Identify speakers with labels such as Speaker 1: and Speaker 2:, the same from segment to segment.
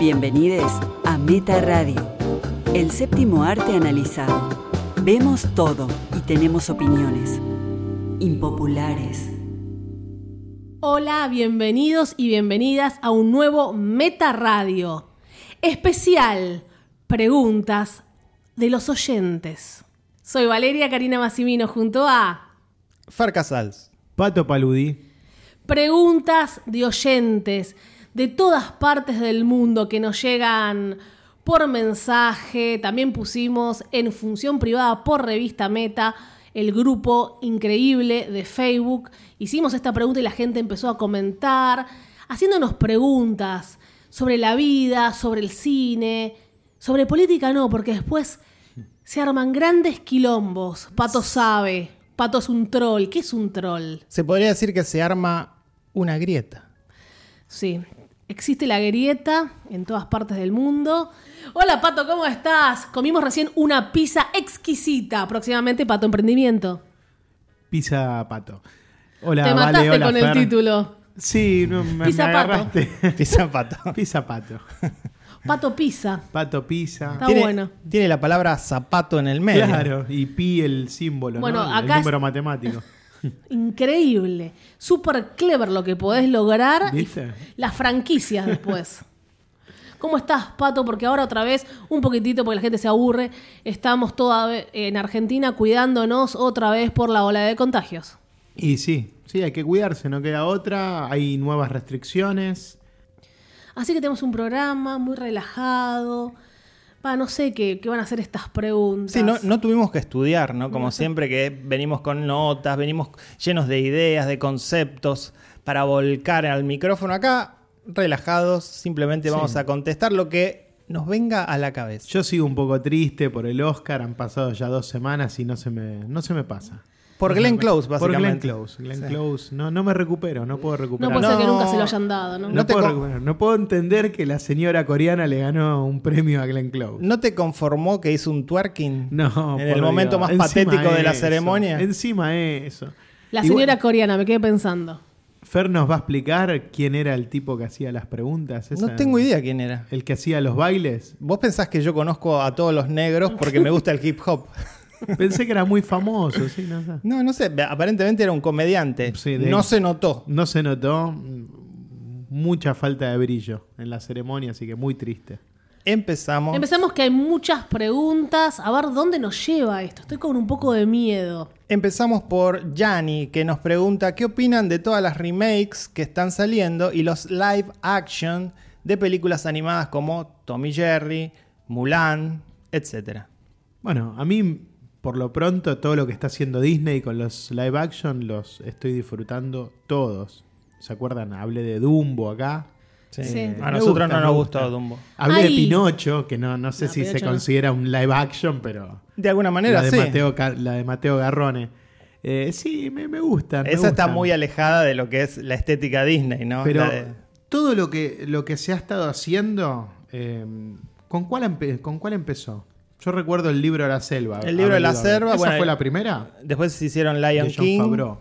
Speaker 1: Bienvenidos a Meta Radio, el séptimo arte analizado. Vemos todo y tenemos opiniones impopulares.
Speaker 2: Hola, bienvenidos y bienvenidas a un nuevo Meta Radio. Especial Preguntas de los oyentes. Soy Valeria Karina Massimino junto a
Speaker 3: Farca Sals.
Speaker 4: Pato Paludí.
Speaker 2: Preguntas de oyentes de todas partes del mundo que nos llegan por mensaje. También pusimos en función privada por revista Meta el grupo increíble de Facebook. Hicimos esta pregunta y la gente empezó a comentar, haciéndonos preguntas sobre la vida, sobre el cine, sobre política no, porque después se arman grandes quilombos. Pato sabe, Pato es un troll. ¿Qué es un troll?
Speaker 3: Se podría decir que se arma una grieta.
Speaker 2: Sí. Existe la grieta en todas partes del mundo. Hola Pato, ¿cómo estás? Comimos recién una pizza exquisita. Próximamente Pato Emprendimiento.
Speaker 4: Pisa Pato. Hola,
Speaker 2: Te
Speaker 4: Vale,
Speaker 2: mataste
Speaker 4: hola,
Speaker 2: con
Speaker 4: Fer.
Speaker 2: el título.
Speaker 4: Sí, no, me,
Speaker 2: Pisa
Speaker 4: me
Speaker 2: Pato.
Speaker 4: agarraste.
Speaker 3: Pizza pato. Eh,
Speaker 4: Pisa Pato.
Speaker 2: Pato Pizza.
Speaker 4: Pato Pisa.
Speaker 2: Está bueno.
Speaker 3: Tiene la palabra zapato en el medio.
Speaker 4: Claro, y pi el símbolo,
Speaker 2: Bueno,
Speaker 4: ¿no? El-
Speaker 2: acá es-
Speaker 4: el número matemático.
Speaker 2: Increíble. Súper clever lo que podés lograr. y
Speaker 4: ¿Viste?
Speaker 2: Las franquicias después. ¿Cómo estás, Pato? Porque ahora otra vez, un poquitito, porque la gente se aburre, estamos toda ve- en Argentina cuidándonos otra vez por la ola de contagios.
Speaker 4: Y sí, sí, hay que cuidarse, no queda otra. Hay nuevas restricciones.
Speaker 2: Así que tenemos un programa muy relajado. Va, no sé qué, qué van a hacer estas preguntas.
Speaker 3: Sí, no, no tuvimos que estudiar, ¿no? Como siempre que venimos con notas, venimos llenos de ideas, de conceptos para volcar al micrófono acá, relajados, simplemente vamos a contestar lo que nos venga a la cabeza.
Speaker 4: Yo sigo un poco triste por el Oscar, han pasado ya dos semanas y no se me, no se me pasa.
Speaker 3: Por Glenn Close,
Speaker 4: Por Glenn
Speaker 3: básicamente.
Speaker 4: Close, Glenn
Speaker 3: Sí.
Speaker 4: Close. No, no me recupero, no puedo
Speaker 2: No
Speaker 4: recuperar.
Speaker 2: puede ser que
Speaker 3: No.
Speaker 2: nunca se lo hayan dado, ¿no?
Speaker 4: No,
Speaker 3: No te
Speaker 4: puedo
Speaker 3: co-
Speaker 4: recuperar. No puedo entender que la señora coreana le ganó un premio a Glenn Close.
Speaker 3: ¿No te conformó que hizo un twerking
Speaker 4: No,
Speaker 3: en
Speaker 4: por
Speaker 3: el momento
Speaker 4: Dios.
Speaker 3: más
Speaker 4: Encima
Speaker 3: patético de la
Speaker 4: eso.
Speaker 3: ceremonia?
Speaker 4: Encima eso.
Speaker 2: La
Speaker 4: Igual,
Speaker 2: señora coreana, me quedé pensando.
Speaker 4: Fer nos va a explicar quién era el tipo que hacía las preguntas. esa-
Speaker 3: No tengo idea quién era.
Speaker 4: El que hacía los bailes.
Speaker 3: Vos pensás que yo conozco a todos los negros porque me gusta el hip hop.
Speaker 4: Pensé que era muy famoso, sí, no sé.
Speaker 3: No, no sé, aparentemente era un comediante.
Speaker 4: Sí, de-
Speaker 3: no se notó.
Speaker 4: No se notó mm, mucha falta de brillo en la ceremonia, así que muy triste.
Speaker 3: Empezamos.
Speaker 2: Empezamos que hay muchas preguntas. A ver, ¿dónde nos lleva esto? Estoy con un poco de miedo.
Speaker 3: Empezamos por Yanni, que nos pregunta qué opinan de todas las remakes que están saliendo y los live action de películas animadas como Tommy Jerry, Mulan, etc.
Speaker 4: Bueno, a mí, por lo pronto, todo lo que está haciendo Disney con los live action los estoy disfrutando todos. ¿Se acuerdan? Hablé de Dumbo acá.
Speaker 2: Sí.
Speaker 3: Eh, A
Speaker 4: Me
Speaker 3: nosotros
Speaker 4: gusta,
Speaker 3: no nos
Speaker 4: me
Speaker 3: gustó
Speaker 4: gusta.
Speaker 3: Dumbo.
Speaker 4: Hablé de
Speaker 2: Ay.
Speaker 4: Pinocho, que no, no sé
Speaker 2: No,
Speaker 4: si se
Speaker 2: Pinocho no.
Speaker 4: considera un live action, pero.
Speaker 3: De alguna manera,
Speaker 4: la, de
Speaker 3: sí.
Speaker 4: Mateo, Ca- la de Mateo Garrone. Eh, sí, me, me gustan. me
Speaker 3: Esa está
Speaker 4: gustan.
Speaker 3: muy alejada de lo que es la estética Disney, ¿no?
Speaker 4: Pero
Speaker 3: La de-
Speaker 4: todo lo que, lo que se ha estado haciendo, eh, ¿con, cuál empe- ¿con cuál empezó? Yo recuerdo el libro de la selva.
Speaker 3: El libro de la
Speaker 4: Amelie Douglas.
Speaker 3: selva,
Speaker 4: ¿Esa
Speaker 3: bueno,
Speaker 4: fue
Speaker 3: el-
Speaker 4: la primera?
Speaker 3: Después se hicieron Lion
Speaker 4: de John
Speaker 3: King.
Speaker 4: Favreau.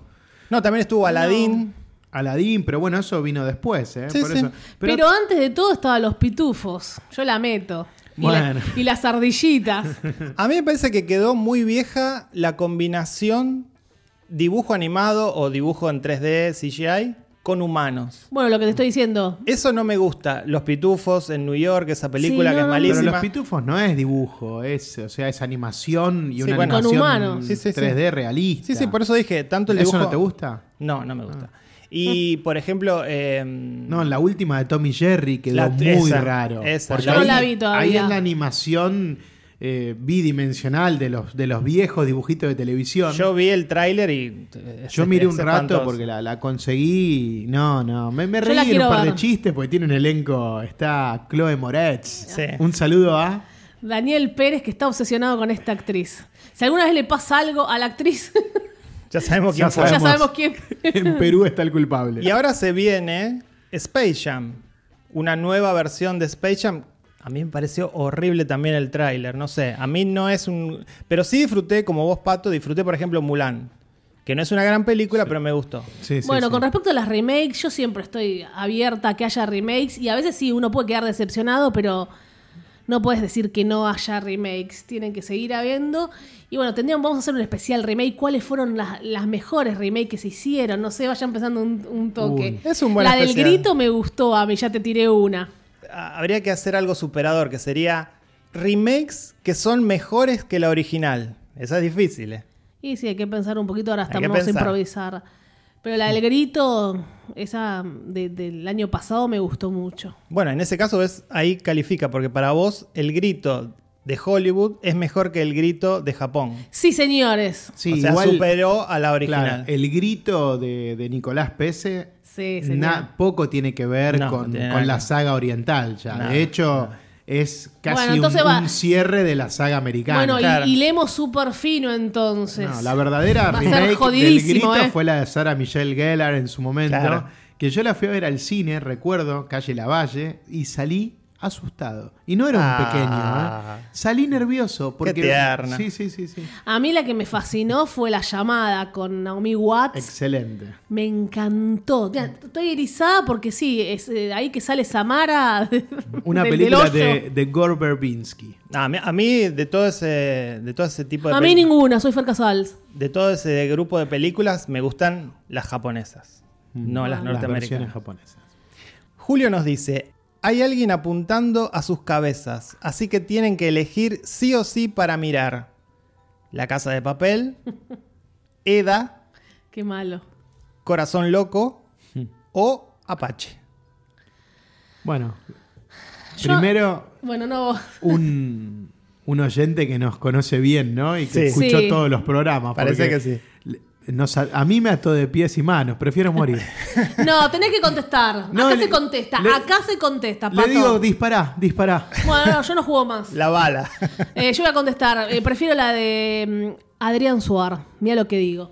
Speaker 3: No, también estuvo Aladdin.
Speaker 4: Aladdin, pero bueno, eso vino después, ¿eh?
Speaker 3: Sí,
Speaker 4: Por
Speaker 3: sí.
Speaker 4: eso.
Speaker 2: Pero, antes de todo estaban los pitufos. Yo la meto. Y, la-
Speaker 4: Bueno.
Speaker 2: y las ardillitas.
Speaker 3: A mí me parece que quedó muy vieja la combinación dibujo animado o dibujo en 3D CGI con humanos.
Speaker 2: Bueno, lo que te estoy diciendo.
Speaker 3: Eso no me gusta. Los pitufos en New York, esa película
Speaker 2: Sí,
Speaker 3: que
Speaker 2: no, no,
Speaker 3: es
Speaker 2: no.
Speaker 4: Pero
Speaker 3: malísima.
Speaker 4: los pitufos no es dibujo, es, o sea, es animación y
Speaker 3: Sí,
Speaker 4: una
Speaker 3: bueno.
Speaker 2: Con
Speaker 4: animación
Speaker 2: humanos.
Speaker 3: Sí, sí, sí.
Speaker 4: 3D realista.
Speaker 3: Sí, sí, por eso dije, tanto el
Speaker 4: ¿Eso
Speaker 3: dibujo.
Speaker 4: no te gusta? Ah.
Speaker 3: No, no me gusta. Y por ejemplo, eh,
Speaker 4: No, la última de Tommy Jerry quedó
Speaker 3: La-
Speaker 4: muy
Speaker 3: esa,
Speaker 4: raro.
Speaker 3: esa.
Speaker 4: Porque
Speaker 3: Yo
Speaker 2: no
Speaker 4: ahí-
Speaker 2: la vi todavía.
Speaker 4: Ahí es la animación eh, bidimensional de los, de los viejos dibujitos de televisión.
Speaker 3: yo
Speaker 4: Yo,
Speaker 3: vi el tráiler y es-
Speaker 4: miré
Speaker 3: es
Speaker 4: un rato
Speaker 3: espantoso.
Speaker 4: porque la, la conseguí. y No, no. Me, me
Speaker 2: Yo
Speaker 4: reí
Speaker 2: la
Speaker 4: en
Speaker 2: quiero
Speaker 4: un par
Speaker 2: ver.
Speaker 4: de chistes porque tiene un elenco. Está Chloe Moretz.
Speaker 3: Sí.
Speaker 4: Un saludo a.
Speaker 2: Daniel Pérez que está obsesionado con esta actriz. Si alguna vez le pasa algo a la actriz,
Speaker 3: ya sabemos quién
Speaker 4: Ya
Speaker 3: fue.
Speaker 2: ya
Speaker 4: Sabemos.
Speaker 2: sabemos quién.
Speaker 4: En Perú está el culpable.
Speaker 3: Y ahora se viene Space Jam, una nueva versión de Space Jam. A mí me pareció horrible también el tráiler, no sé, a mí no es un... Pero sí disfruté, como vos Pato, disfruté por ejemplo Mulan. Que no es una gran película, pero me gustó.
Speaker 4: Sí, sí,
Speaker 2: bueno,
Speaker 4: sí.
Speaker 2: con respecto a las remakes, yo siempre estoy abierta a que haya remakes y a veces sí, uno puede quedar decepcionado, pero no puedes decir que no haya remakes, tienen que seguir habiendo. Y bueno, tendríamos, vamos a hacer un especial remake, cuáles fueron las, las mejores remakes que se hicieron, no sé, vayan pensando un, un toque.
Speaker 3: Uy, es un buen
Speaker 2: La del
Speaker 3: especial.
Speaker 2: grito me gustó, a mí ya te tiré una.
Speaker 3: Ah, Habría que hacer algo superador, que sería remakes que son mejores que la original. Esa es difícil, ¿eh?
Speaker 2: Y sí, hay que pensar un poquito, ahora
Speaker 3: que
Speaker 2: estamos a
Speaker 3: pensar.
Speaker 2: improvisar. Pero la del grito, esa de- del año pasado me gustó mucho.
Speaker 3: Bueno, en ese caso es ahí califica, porque para vos el grito de Hollywood es mejor que el grito de Japón.
Speaker 2: Sí, señores.
Speaker 4: Sí,
Speaker 3: o sea,
Speaker 4: igual,
Speaker 3: superó a la
Speaker 4: claro,
Speaker 3: original.
Speaker 4: el grito de, de Nicolás Pese
Speaker 2: Sí, señor.
Speaker 4: na- poco tiene que ver
Speaker 3: No,
Speaker 4: con,
Speaker 3: no tiene
Speaker 4: con
Speaker 3: nada
Speaker 4: la
Speaker 3: que-
Speaker 4: saga oriental ya.
Speaker 3: Nada,
Speaker 4: de hecho, es casi
Speaker 2: Bueno,
Speaker 4: un-
Speaker 2: entonces va-
Speaker 4: un, cierre de la saga americana.
Speaker 2: Bueno, y-
Speaker 3: claro.
Speaker 2: y, leemos súper fino entonces.
Speaker 4: No, la verdadera
Speaker 2: Va a ser
Speaker 4: remake del
Speaker 2: jodidísimo,
Speaker 4: grito
Speaker 2: eh.
Speaker 4: fue la de Sarah Michelle Gellar en su momento.
Speaker 3: Claro.
Speaker 4: Que yo la fui a ver al cine, recuerdo, calle Lavalle, y salí asustado. Y no era un
Speaker 3: Ah.
Speaker 4: pequeño, ¿eh? Salí nervioso. Porque,
Speaker 3: tierna.
Speaker 4: Sí, sí, sí, sí.
Speaker 2: A mí la que me fascinó fue la llamada con Naomi Watts.
Speaker 4: Excelente.
Speaker 2: me encantó. Mira, Estoy erizada porque sí, es eh, ahí que sale Samara. de-
Speaker 4: Una
Speaker 2: del- del
Speaker 4: película
Speaker 2: hoyo.
Speaker 4: de, de Gore Verbinski.
Speaker 3: A mí, a mí de todo ese de todo ese tipo de
Speaker 2: A mí
Speaker 3: peli-
Speaker 2: ninguna, soy Fer Casals.
Speaker 3: de todo ese grupo de películas me gustan las japonesas, no
Speaker 2: Ah.
Speaker 3: las
Speaker 4: Mm. Las versiones
Speaker 3: norteamericanas.
Speaker 4: japonesas.
Speaker 3: Julio nos dice, hay alguien apuntando a sus cabezas, así que tienen que elegir sí o sí para mirar. La casa de papel, Eda,
Speaker 2: Qué malo.
Speaker 3: Corazón loco
Speaker 2: Hmm.
Speaker 3: o Apache.
Speaker 4: Bueno,
Speaker 2: Yo-
Speaker 4: primero
Speaker 2: Bueno, no.
Speaker 4: un, un oyente que nos conoce bien, ¿no? Y que
Speaker 3: Sí.
Speaker 4: escuchó
Speaker 2: Sí.
Speaker 4: todos los programas.
Speaker 3: Parece
Speaker 4: porque
Speaker 3: que sí.
Speaker 4: le- nos a, a mí me ató de pies y manos, prefiero morir.
Speaker 2: No, tenés que contestar.
Speaker 4: No,
Speaker 2: acá
Speaker 4: le-
Speaker 2: se contesta,
Speaker 4: le-
Speaker 2: acá se contesta,
Speaker 4: Le
Speaker 2: pato.
Speaker 4: digo, dispará, dispará.
Speaker 2: bueno, no, yo no juego más.
Speaker 3: La bala.
Speaker 2: Eh, yo voy a contestar. eh, prefiero la de mm, Adrián Suar. Mira lo que digo.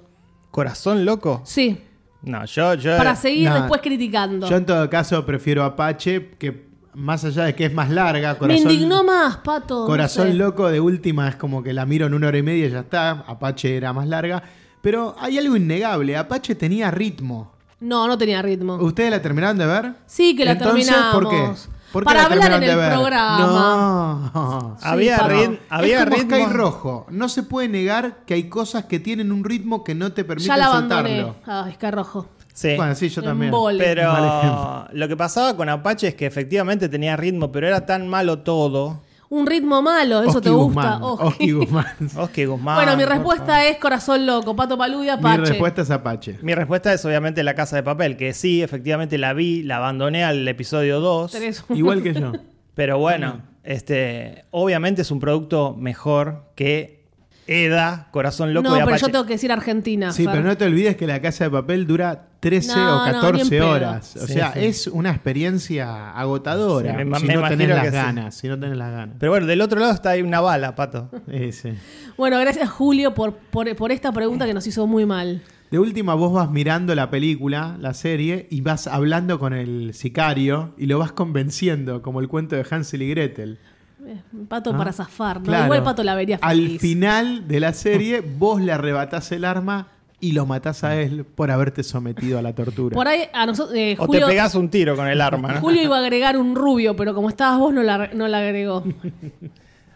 Speaker 3: ¿Corazón loco?
Speaker 2: Sí,
Speaker 3: No, yo, yo.
Speaker 2: para seguir
Speaker 4: nah.
Speaker 2: después criticando.
Speaker 4: Eh, Yo en todo caso prefiero Apache, que más allá de que es más larga,
Speaker 2: Me
Speaker 4: corazón,
Speaker 2: indignó más, pato. no
Speaker 4: corazón
Speaker 2: sé.
Speaker 4: loco de última es como que la miro en una hora y media y ya está. Apache era más larga. Pero hay algo innegable, Apache tenía ritmo.
Speaker 2: No, no tenía ritmo.
Speaker 4: ¿Ustedes la terminaron de ver?
Speaker 2: Sí, que la
Speaker 4: Entonces,
Speaker 2: terminamos.
Speaker 4: ¿Por qué? ¿Por qué
Speaker 2: Para
Speaker 4: la
Speaker 2: hablar en
Speaker 4: terminaron de
Speaker 2: el
Speaker 4: ver?
Speaker 2: programa.
Speaker 4: No.
Speaker 3: Había,
Speaker 2: Sí,
Speaker 3: rit-
Speaker 2: perdón.
Speaker 3: había
Speaker 4: es como
Speaker 3: ritmo.
Speaker 4: Sky Rojo. No se puede negar que hay cosas que tienen un ritmo que no te permiten
Speaker 2: ya la abandoné.
Speaker 4: saltarlo.
Speaker 2: Ah, es que rojo.
Speaker 3: Sí.
Speaker 4: Bueno, sí, yo también.
Speaker 2: Embole.
Speaker 3: Pero lo que pasaba con Apache es que efectivamente tenía ritmo, pero era tan malo todo.
Speaker 2: Un ritmo malo, eso
Speaker 4: Oski
Speaker 2: te gusta.
Speaker 4: Guzmán,
Speaker 2: Oski.
Speaker 4: Oski Guzmán.
Speaker 3: Oski Guzmán.
Speaker 2: Bueno, mi
Speaker 3: por
Speaker 2: respuesta es corazón loco, pato paludia,
Speaker 4: Mi
Speaker 2: Apache.
Speaker 4: respuesta es Apache.
Speaker 3: favor. Mi respuesta es obviamente La Casa de Papel, que sí, efectivamente la vi, la abandoné al episodio 2.
Speaker 2: Tres.
Speaker 4: Igual que yo.
Speaker 3: Pero bueno, este, obviamente es un producto mejor que Eda, Corazón Loco
Speaker 2: no,
Speaker 3: y
Speaker 2: pero
Speaker 3: Apache.
Speaker 2: yo tengo que decir Argentina.
Speaker 4: Sí,
Speaker 2: Fer.
Speaker 4: pero no te olvides que la casa de papel dura 13
Speaker 2: No,
Speaker 4: o
Speaker 2: no,
Speaker 4: 14
Speaker 2: ni en pedo.
Speaker 4: horas. O
Speaker 3: Sí,
Speaker 4: sea,
Speaker 3: sí.
Speaker 4: es una experiencia agotadora.
Speaker 3: Sí, me-
Speaker 4: si,
Speaker 3: me
Speaker 4: no tenés
Speaker 3: imagino
Speaker 4: las
Speaker 3: que sí.
Speaker 4: ganas, si no tenés las ganas,
Speaker 3: Pero bueno, del otro lado está ahí una bala, pato.
Speaker 4: Eh, sí.
Speaker 2: Bueno, gracias Julio por, por, por esta pregunta que nos hizo muy mal.
Speaker 4: De última, vos vas mirando la película, la serie, y vas hablando con el sicario y lo vas convenciendo, como el cuento de Hansel y Gretel.
Speaker 2: Eh, Pato
Speaker 4: Ah,
Speaker 2: para zafar, ¿no?
Speaker 4: Claro.
Speaker 2: Igual Pato la vería feliz.
Speaker 4: Al final de la serie, vos le arrebatás el arma y lo matás a él por haberte sometido a la tortura.
Speaker 2: Por ahí a nosotros... eh,
Speaker 3: O
Speaker 2: Julio,
Speaker 3: te pegas un tiro con el arma. ¿no?
Speaker 2: Julio iba a agregar un rubio, pero como estabas vos no la, no la agregó.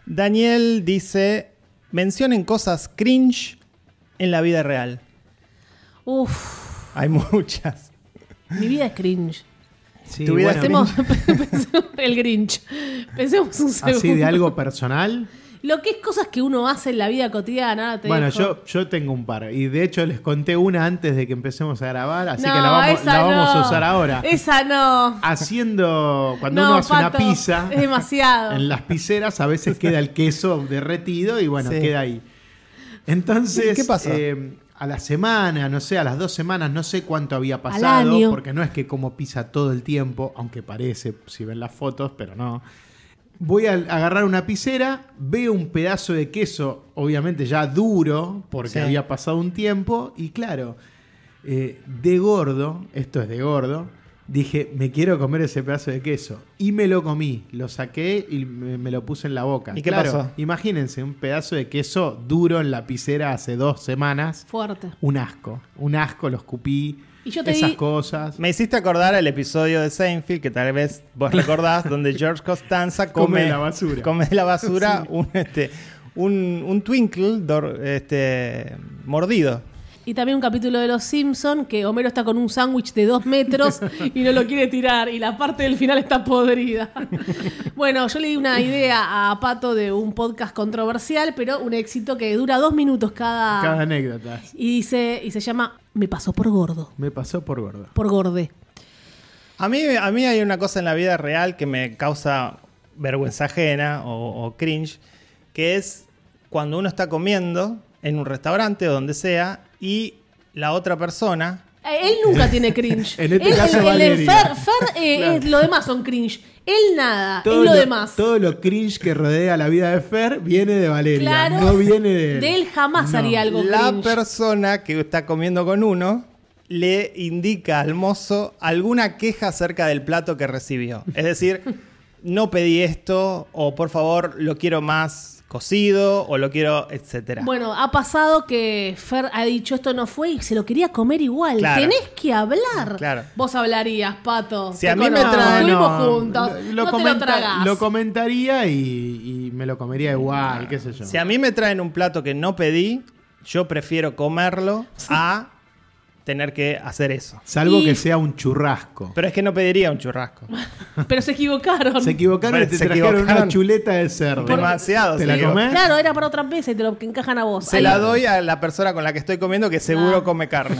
Speaker 3: Daniel dice: mencionen cosas cringe en la vida real.
Speaker 2: Uf,
Speaker 3: Hay muchas.
Speaker 2: mi vida es cringe.
Speaker 4: Sí,
Speaker 3: tu vida
Speaker 4: bueno,
Speaker 2: Pensemos, pensemos- el Grinch. Pensemos un segundo.
Speaker 4: así de algo personal.
Speaker 2: Lo que es cosas que uno hace en la vida cotidiana. ahora Te
Speaker 4: Bueno,
Speaker 2: dejo.
Speaker 4: yo, yo tengo un par. Y de hecho les conté una antes de que empecemos a grabar, así que
Speaker 2: No,
Speaker 4: la vamos,
Speaker 2: esa
Speaker 4: la vamos
Speaker 2: no.
Speaker 4: a usar ahora.
Speaker 2: Esa no.
Speaker 4: Haciendo, cuando
Speaker 2: no,
Speaker 4: uno hace
Speaker 2: Pato,
Speaker 4: una pizza,
Speaker 2: Es demasiado.
Speaker 4: En las pizzeras a veces queda el queso derretido y bueno,
Speaker 3: Sí.
Speaker 4: queda ahí. Entonces,
Speaker 3: ¿Qué pasó?
Speaker 4: eh, a la semana, no sé, a las dos semanas, no sé cuánto había pasado,
Speaker 2: año.
Speaker 4: porque no es que como pizza todo el tiempo, aunque parece, si ven las fotos, pero no. Voy a agarrar una pizzera, veo un pedazo de queso, obviamente ya duro, porque
Speaker 3: Sí.
Speaker 4: había pasado un tiempo, y claro, eh, de gordo, esto es de gordo, Dije, me quiero comer ese pedazo de queso. Y me lo comí. Lo saqué y me, me lo puse en la boca.
Speaker 3: ¿Y qué
Speaker 4: Claro,
Speaker 3: pasó?
Speaker 4: Imagínense, un pedazo de queso duro en la piscera hace dos semanas.
Speaker 2: Fuerte.
Speaker 4: Un asco. Un asco, lo escupí.
Speaker 2: Y yo te
Speaker 4: esas
Speaker 2: di-
Speaker 4: cosas.
Speaker 3: Me hiciste acordar el episodio de Seinfeld, que tal vez vos recordás, donde George Costanza come,
Speaker 4: Come de la basura.
Speaker 3: come de la basura un, este, un, un twinkle dor- este, mordido.
Speaker 2: Y también un capítulo de Los Simpson que Homero está con un sándwich de dos metros y no lo quiere tirar y la parte del final está podrida. Bueno, yo le di una idea a Pato de un podcast controversial, pero un éxito que dura dos minutos cada...
Speaker 4: Cada anécdota.
Speaker 2: Y, dice, y se llama Me pasó por gordo,
Speaker 4: Me pasó por gordo.
Speaker 2: por gorde.
Speaker 3: A mí, a mí hay una cosa en la vida real que me causa vergüenza ajena o, o cringe, que es cuando uno está comiendo en un restaurante o donde sea y la otra persona...
Speaker 2: Eh, Él nunca tiene cringe.
Speaker 4: En este
Speaker 2: Él-
Speaker 4: caso,
Speaker 2: el- el-
Speaker 4: Valeria.
Speaker 2: Fer- Fer, eh,
Speaker 4: Claro.
Speaker 2: es- lo demás son cringe. Él nada, es Ah, lo, demás.
Speaker 4: todo lo cringe que rodea la vida de Fer viene de Valeria.
Speaker 2: Claro.
Speaker 4: No viene de él.
Speaker 2: De él jamás
Speaker 4: No.
Speaker 2: haría algo
Speaker 3: la
Speaker 2: cringe.
Speaker 3: persona que está comiendo con uno le indica al mozo alguna queja acerca del plato que recibió. Es decir, no pedí esto o por favor lo quiero más cocido o lo quiero, etcétera.
Speaker 2: Bueno, ha pasado que Fer ha dicho esto no fue y se lo quería comer igual.
Speaker 3: Claro.
Speaker 2: Tenés que hablar.
Speaker 3: Claro.
Speaker 2: Vos hablarías, pato.
Speaker 3: Si
Speaker 2: Te
Speaker 3: a mí me
Speaker 2: conozco.
Speaker 3: traen-
Speaker 2: Estuvimos
Speaker 4: no,
Speaker 2: juntos.
Speaker 4: lo-
Speaker 2: no
Speaker 4: Lo, comenta-
Speaker 2: te lo tragás.
Speaker 4: lo comentaría y, y me lo comería igual, qué sé yo.
Speaker 3: si a mí me traen un plato que no pedí, yo prefiero comerlo a tener que hacer eso.
Speaker 4: Salvo
Speaker 2: Y-
Speaker 4: que sea un churrasco.
Speaker 3: Pero es que no pediría un churrasco.
Speaker 2: Pero se equivocaron.
Speaker 4: Se equivocaron y
Speaker 3: Pero
Speaker 4: te
Speaker 3: se
Speaker 4: trajeron una
Speaker 3: equivocaron.
Speaker 4: chuleta de cerdo.
Speaker 3: Demasiado,
Speaker 4: ¿Te
Speaker 3: se
Speaker 4: la
Speaker 3: equivocaron.
Speaker 4: comés?
Speaker 2: Claro, era para otra mesa y te lo encajan a vos.
Speaker 3: Se
Speaker 2: Ahí.
Speaker 3: la doy a la persona con la que estoy comiendo que seguro come carne.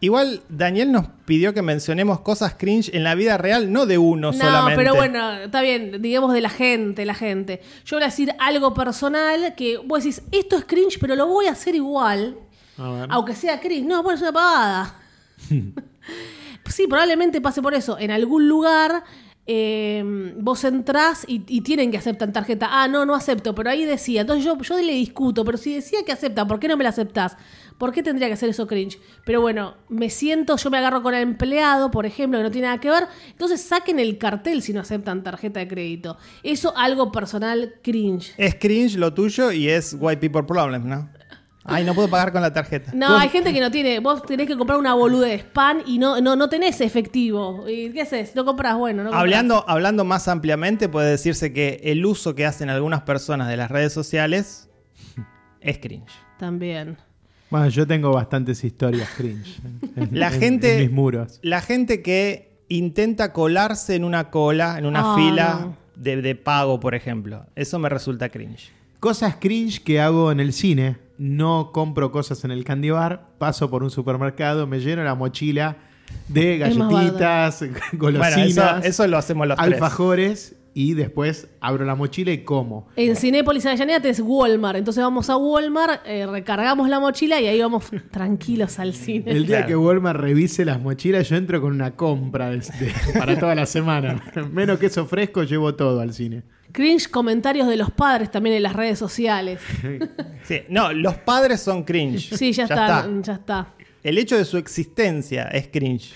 Speaker 3: Igual Daniel nos pidió que mencionemos cosas cringe en la vida real, no de uno
Speaker 2: No,
Speaker 3: solamente.
Speaker 2: pero bueno, está bien, digamos de la gente, la gente. Yo voy a decir algo personal que vos decís, esto es cringe, pero lo voy a hacer igual,
Speaker 4: A ver.
Speaker 2: aunque sea cringe. No, bueno, es una pavada. sí, probablemente pase por eso. En algún lugar eh, vos entrás y, y tienen que aceptar tarjeta. Ah, no, no acepto, pero ahí decía. Entonces yo, yo le discuto, pero si decía que acepta, ¿por qué no me la aceptás? ¿Por qué tendría que hacer eso cringe? Pero bueno, me siento, yo me agarro con el empleado, por ejemplo, que no tiene nada que ver. Entonces saquen el cartel si no aceptan tarjeta de crédito. Eso algo personal cringe.
Speaker 3: Es cringe lo tuyo y es white people problem, ¿no? Ay, no puedo pagar con la tarjeta.
Speaker 2: No, hay gente que no tiene. Vos tenés que comprar una boludez, pan, y no, no, no tenés efectivo. ¿Y qué haces? No compras, bueno. No compras.
Speaker 3: Hablando, hablando más ampliamente, puede decirse que el uso que hacen algunas personas de las redes sociales es cringe.
Speaker 2: También.
Speaker 4: Bueno, yo tengo bastantes historias cringe. en-
Speaker 3: La
Speaker 4: en-
Speaker 3: gente-
Speaker 4: en mis muros.
Speaker 3: La gente que intenta colarse en una cola, en una
Speaker 2: Ah,
Speaker 3: fila
Speaker 2: no.
Speaker 3: de, de pago, por ejemplo. Eso me resulta cringe.
Speaker 4: Cosas cringe que hago en el cine. No compro cosas en el candy bar, paso por un supermercado, me lleno la mochila de
Speaker 2: Es más
Speaker 4: galletitas,
Speaker 3: Bueno,
Speaker 4: golosinas,
Speaker 3: eso, eso lo hacemos los tres.
Speaker 4: alfajores y después abro la mochila y como.
Speaker 2: En Cinépolis Avellaneda tenés Walmart. Entonces vamos a Walmart, eh, recargamos la mochila y ahí vamos tranquilos al cine.
Speaker 4: El día
Speaker 3: Claro.
Speaker 4: que Walmart revise las mochilas, yo entro con una compra de- de- para toda la semana. Menos que eso fresco, llevo todo al cine.
Speaker 2: Cringe comentarios de los padres también en las redes sociales.
Speaker 3: Sí, no, los padres son cringe.
Speaker 2: Sí, ya, está, ya está.
Speaker 3: El hecho de su existencia es cringe.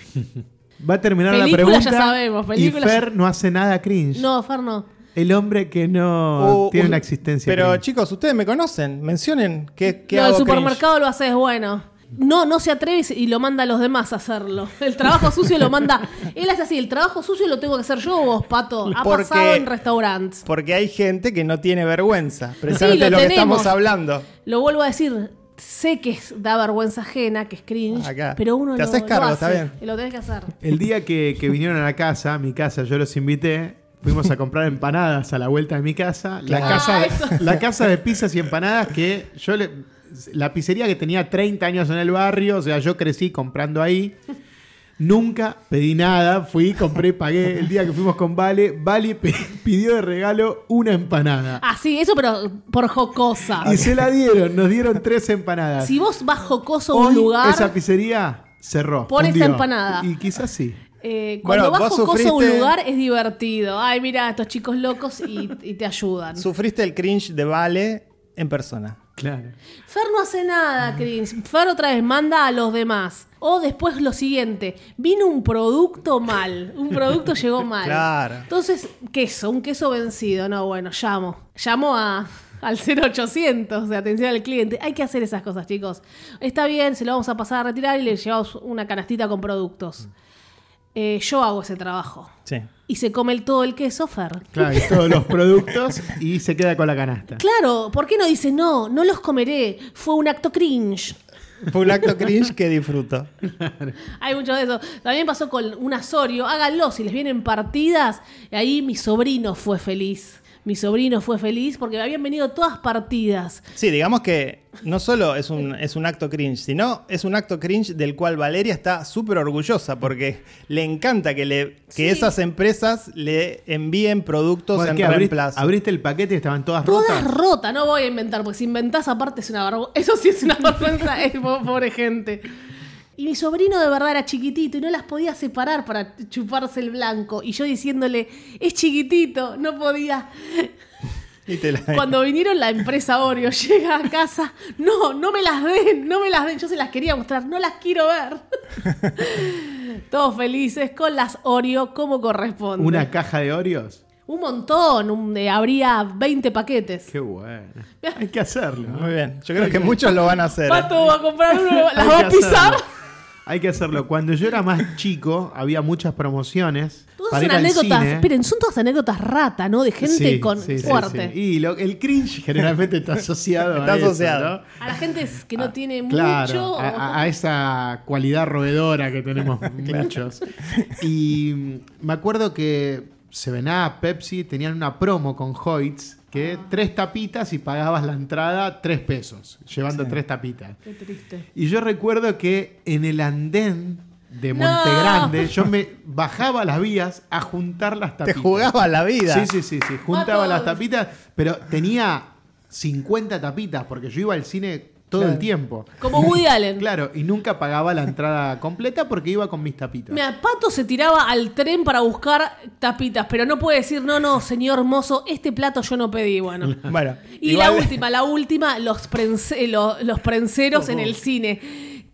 Speaker 4: Va a terminar la
Speaker 2: Película ya
Speaker 4: pregunta.
Speaker 2: sabemos, película
Speaker 4: y
Speaker 2: ya-
Speaker 4: Fer no hace nada cringe.
Speaker 2: No, Ferno.
Speaker 4: El hombre que no
Speaker 3: O-
Speaker 4: tiene
Speaker 3: un-
Speaker 4: una existencia
Speaker 3: Pero
Speaker 4: cringe.
Speaker 3: chicos, ustedes me conocen. Mencionen qué, qué
Speaker 2: No, el
Speaker 3: hago
Speaker 2: supermercado lo haces bueno. No, no se atreve y se- y lo manda a los demás a hacerlo. El trabajo sucio lo manda. Él hace así, el trabajo sucio lo tengo que hacer yo o vos, Pato. Ha
Speaker 3: Porque-
Speaker 2: pasado en restaurantes.
Speaker 3: cringe. Porque hay gente que no tiene vergüenza. Precisamente
Speaker 2: lo
Speaker 3: lo, que
Speaker 2: tenemos.
Speaker 3: estamos hablando.
Speaker 2: Lo vuelvo a decir, sé que es- da vergüenza ajena, que es cringe,
Speaker 3: Acá.
Speaker 2: pero uno
Speaker 3: Te
Speaker 2: lo,
Speaker 3: haces
Speaker 2: lo
Speaker 3: cargo,
Speaker 2: hace,
Speaker 3: está bien.
Speaker 2: y lo tenés que hacer.
Speaker 4: El día que, que vinieron a la casa, a mi casa, yo los invité. Fuimos a comprar empanadas a la vuelta de mi casa. La,
Speaker 3: Claro.
Speaker 4: casa,
Speaker 2: Ah,
Speaker 4: de,
Speaker 2: eso.
Speaker 4: la casa de pizzas y empanadas que yo le- La pizzería que tenía 30 años en el barrio, o sea, yo crecí comprando ahí. Nunca pedí nada, fui, compré, pagué. El día que fuimos con Vale, Vale pe- pidió de regalo una empanada.
Speaker 2: Ah, sí, eso pero por jocosa.
Speaker 3: Ah,
Speaker 4: Y se la dieron, nos dieron tres empanadas.
Speaker 2: Ah, Si vos vas jocoso a un
Speaker 4: Hoy
Speaker 2: lugar,
Speaker 4: esa pizzería cerró.
Speaker 2: Por esa
Speaker 4: fundió.
Speaker 2: empanada.
Speaker 4: Y quizás sí.
Speaker 2: eh,
Speaker 3: Bueno,
Speaker 2: cuando vas
Speaker 3: vos
Speaker 2: jocoso a un
Speaker 3: sufriste-
Speaker 2: lugar es divertido. Ay, mira, estos chicos locos y, y te ayudan.
Speaker 3: Sufriste el cringe de Vale en persona.
Speaker 4: Claro.
Speaker 2: Fer no hace nada, Chris. Fer otra vez manda a los demás. O después lo siguiente, vino un producto mal, un producto llegó mal.
Speaker 3: Claro.
Speaker 2: Entonces, queso, un queso vencido. No, bueno, llamo. Llamo a, al 0800 de atención al cliente. Hay que hacer esas cosas, chicos. Está bien, se lo vamos a pasar a retirar y le llevamos una canastita con productos. Eh, yo hago ese trabajo.
Speaker 3: Sí.
Speaker 2: Y se come el- todo el queso, Fer.
Speaker 4: Claro, y todos los productos y se queda con la canasta.
Speaker 2: Claro, ¿por qué no dice no? No los comeré. Fue un acto cringe.
Speaker 3: Fue un acto cringe que disfruto.
Speaker 2: Hay mucho de eso. También pasó con un Asorio. Háganlo, si les vienen partidas. Y ahí mi sobrino fue feliz. Mi sobrino fue feliz porque habían venido todas partidas.
Speaker 3: Sí, digamos que no solo es un, es un acto cringe, sino es un acto cringe del cual Valeria está súper orgullosa porque le encanta que, le, que
Speaker 2: Sí.
Speaker 3: esas empresas le envíen productos
Speaker 4: Vos es
Speaker 3: en
Speaker 4: que abriste,
Speaker 3: reemplazo.
Speaker 4: abriste el paquete y estaban todas
Speaker 2: Todas
Speaker 4: rotas.
Speaker 2: rotas, no voy a inventar, porque si inventás aparte es una vergüenza. Eso sí es una vergüenza, es po- pobre gente. Y mi sobrino de verdad era chiquitito y no las podía separar para chuparse el blanco. Y yo diciéndole, es chiquitito, no podía.
Speaker 3: Y te la-
Speaker 2: Cuando vinieron la empresa Oreo, llega a casa, no, no me las den, no me las den, yo se las quería mostrar, no las quiero ver. Todos felices con las Oreo como corresponde.
Speaker 4: Una caja de Oreos.
Speaker 2: Un montón, un- eh, habría 20 paquetes.
Speaker 4: Qué bueno. Hay que hacerlo. ¿no?
Speaker 3: Muy bien, yo creo que muchos lo van a hacer. ¿eh?
Speaker 2: Pato va a comprar uno, las
Speaker 4: Hay
Speaker 2: va
Speaker 4: que
Speaker 2: a pisar.
Speaker 4: hacerlo. Hay que hacerlo. Cuando yo era más chico, había muchas promociones.
Speaker 2: Todas
Speaker 4: para
Speaker 2: son
Speaker 4: ir al
Speaker 2: anécdotas,
Speaker 4: cine.
Speaker 2: esperen, son todas anécdotas rata, ¿no? De gente
Speaker 4: Sí,
Speaker 2: con
Speaker 4: sí, sí,
Speaker 2: fuerte.
Speaker 4: sí. Y lo- el cringe generalmente está asociado
Speaker 3: Está
Speaker 4: a eso,
Speaker 3: asociado.
Speaker 4: ¿no?
Speaker 2: A la gente es- que no tiene
Speaker 4: Ah, Claro,
Speaker 2: mucho.
Speaker 4: a, a- a esa cualidad roedora que tenemos muchos. Y mm, me acuerdo que Seven Up, Pepsi tenían una promo con Hoyts que
Speaker 3: Ah.
Speaker 4: tres tapitas y pagabas la entrada tres pesos, llevando tres tapitas.
Speaker 2: Qué triste.
Speaker 4: Y yo recuerdo que en el andén de
Speaker 2: No.
Speaker 4: Montegrande yo me bajaba a las vías a juntar las
Speaker 3: Te
Speaker 4: tapitas.
Speaker 3: jugaba la vida.
Speaker 4: Sí, sí, sí, sí.
Speaker 2: Patos.
Speaker 4: Juntaba las tapitas, pero tenía 50 tapitas porque yo iba al cine todo el tiempo.
Speaker 2: Como Woody Allen.
Speaker 4: Claro, y nunca pagaba la entrada completa porque iba con mis tapitas.
Speaker 2: Me Pato se tiraba al tren para buscar tapitas, pero no puede decir, no, no, señor mozo, este plato yo no pedí, bueno.
Speaker 3: Bueno,
Speaker 2: Y la
Speaker 3: igual-
Speaker 2: última, la última, los, prense- eh, lo- los prenseros en el cine.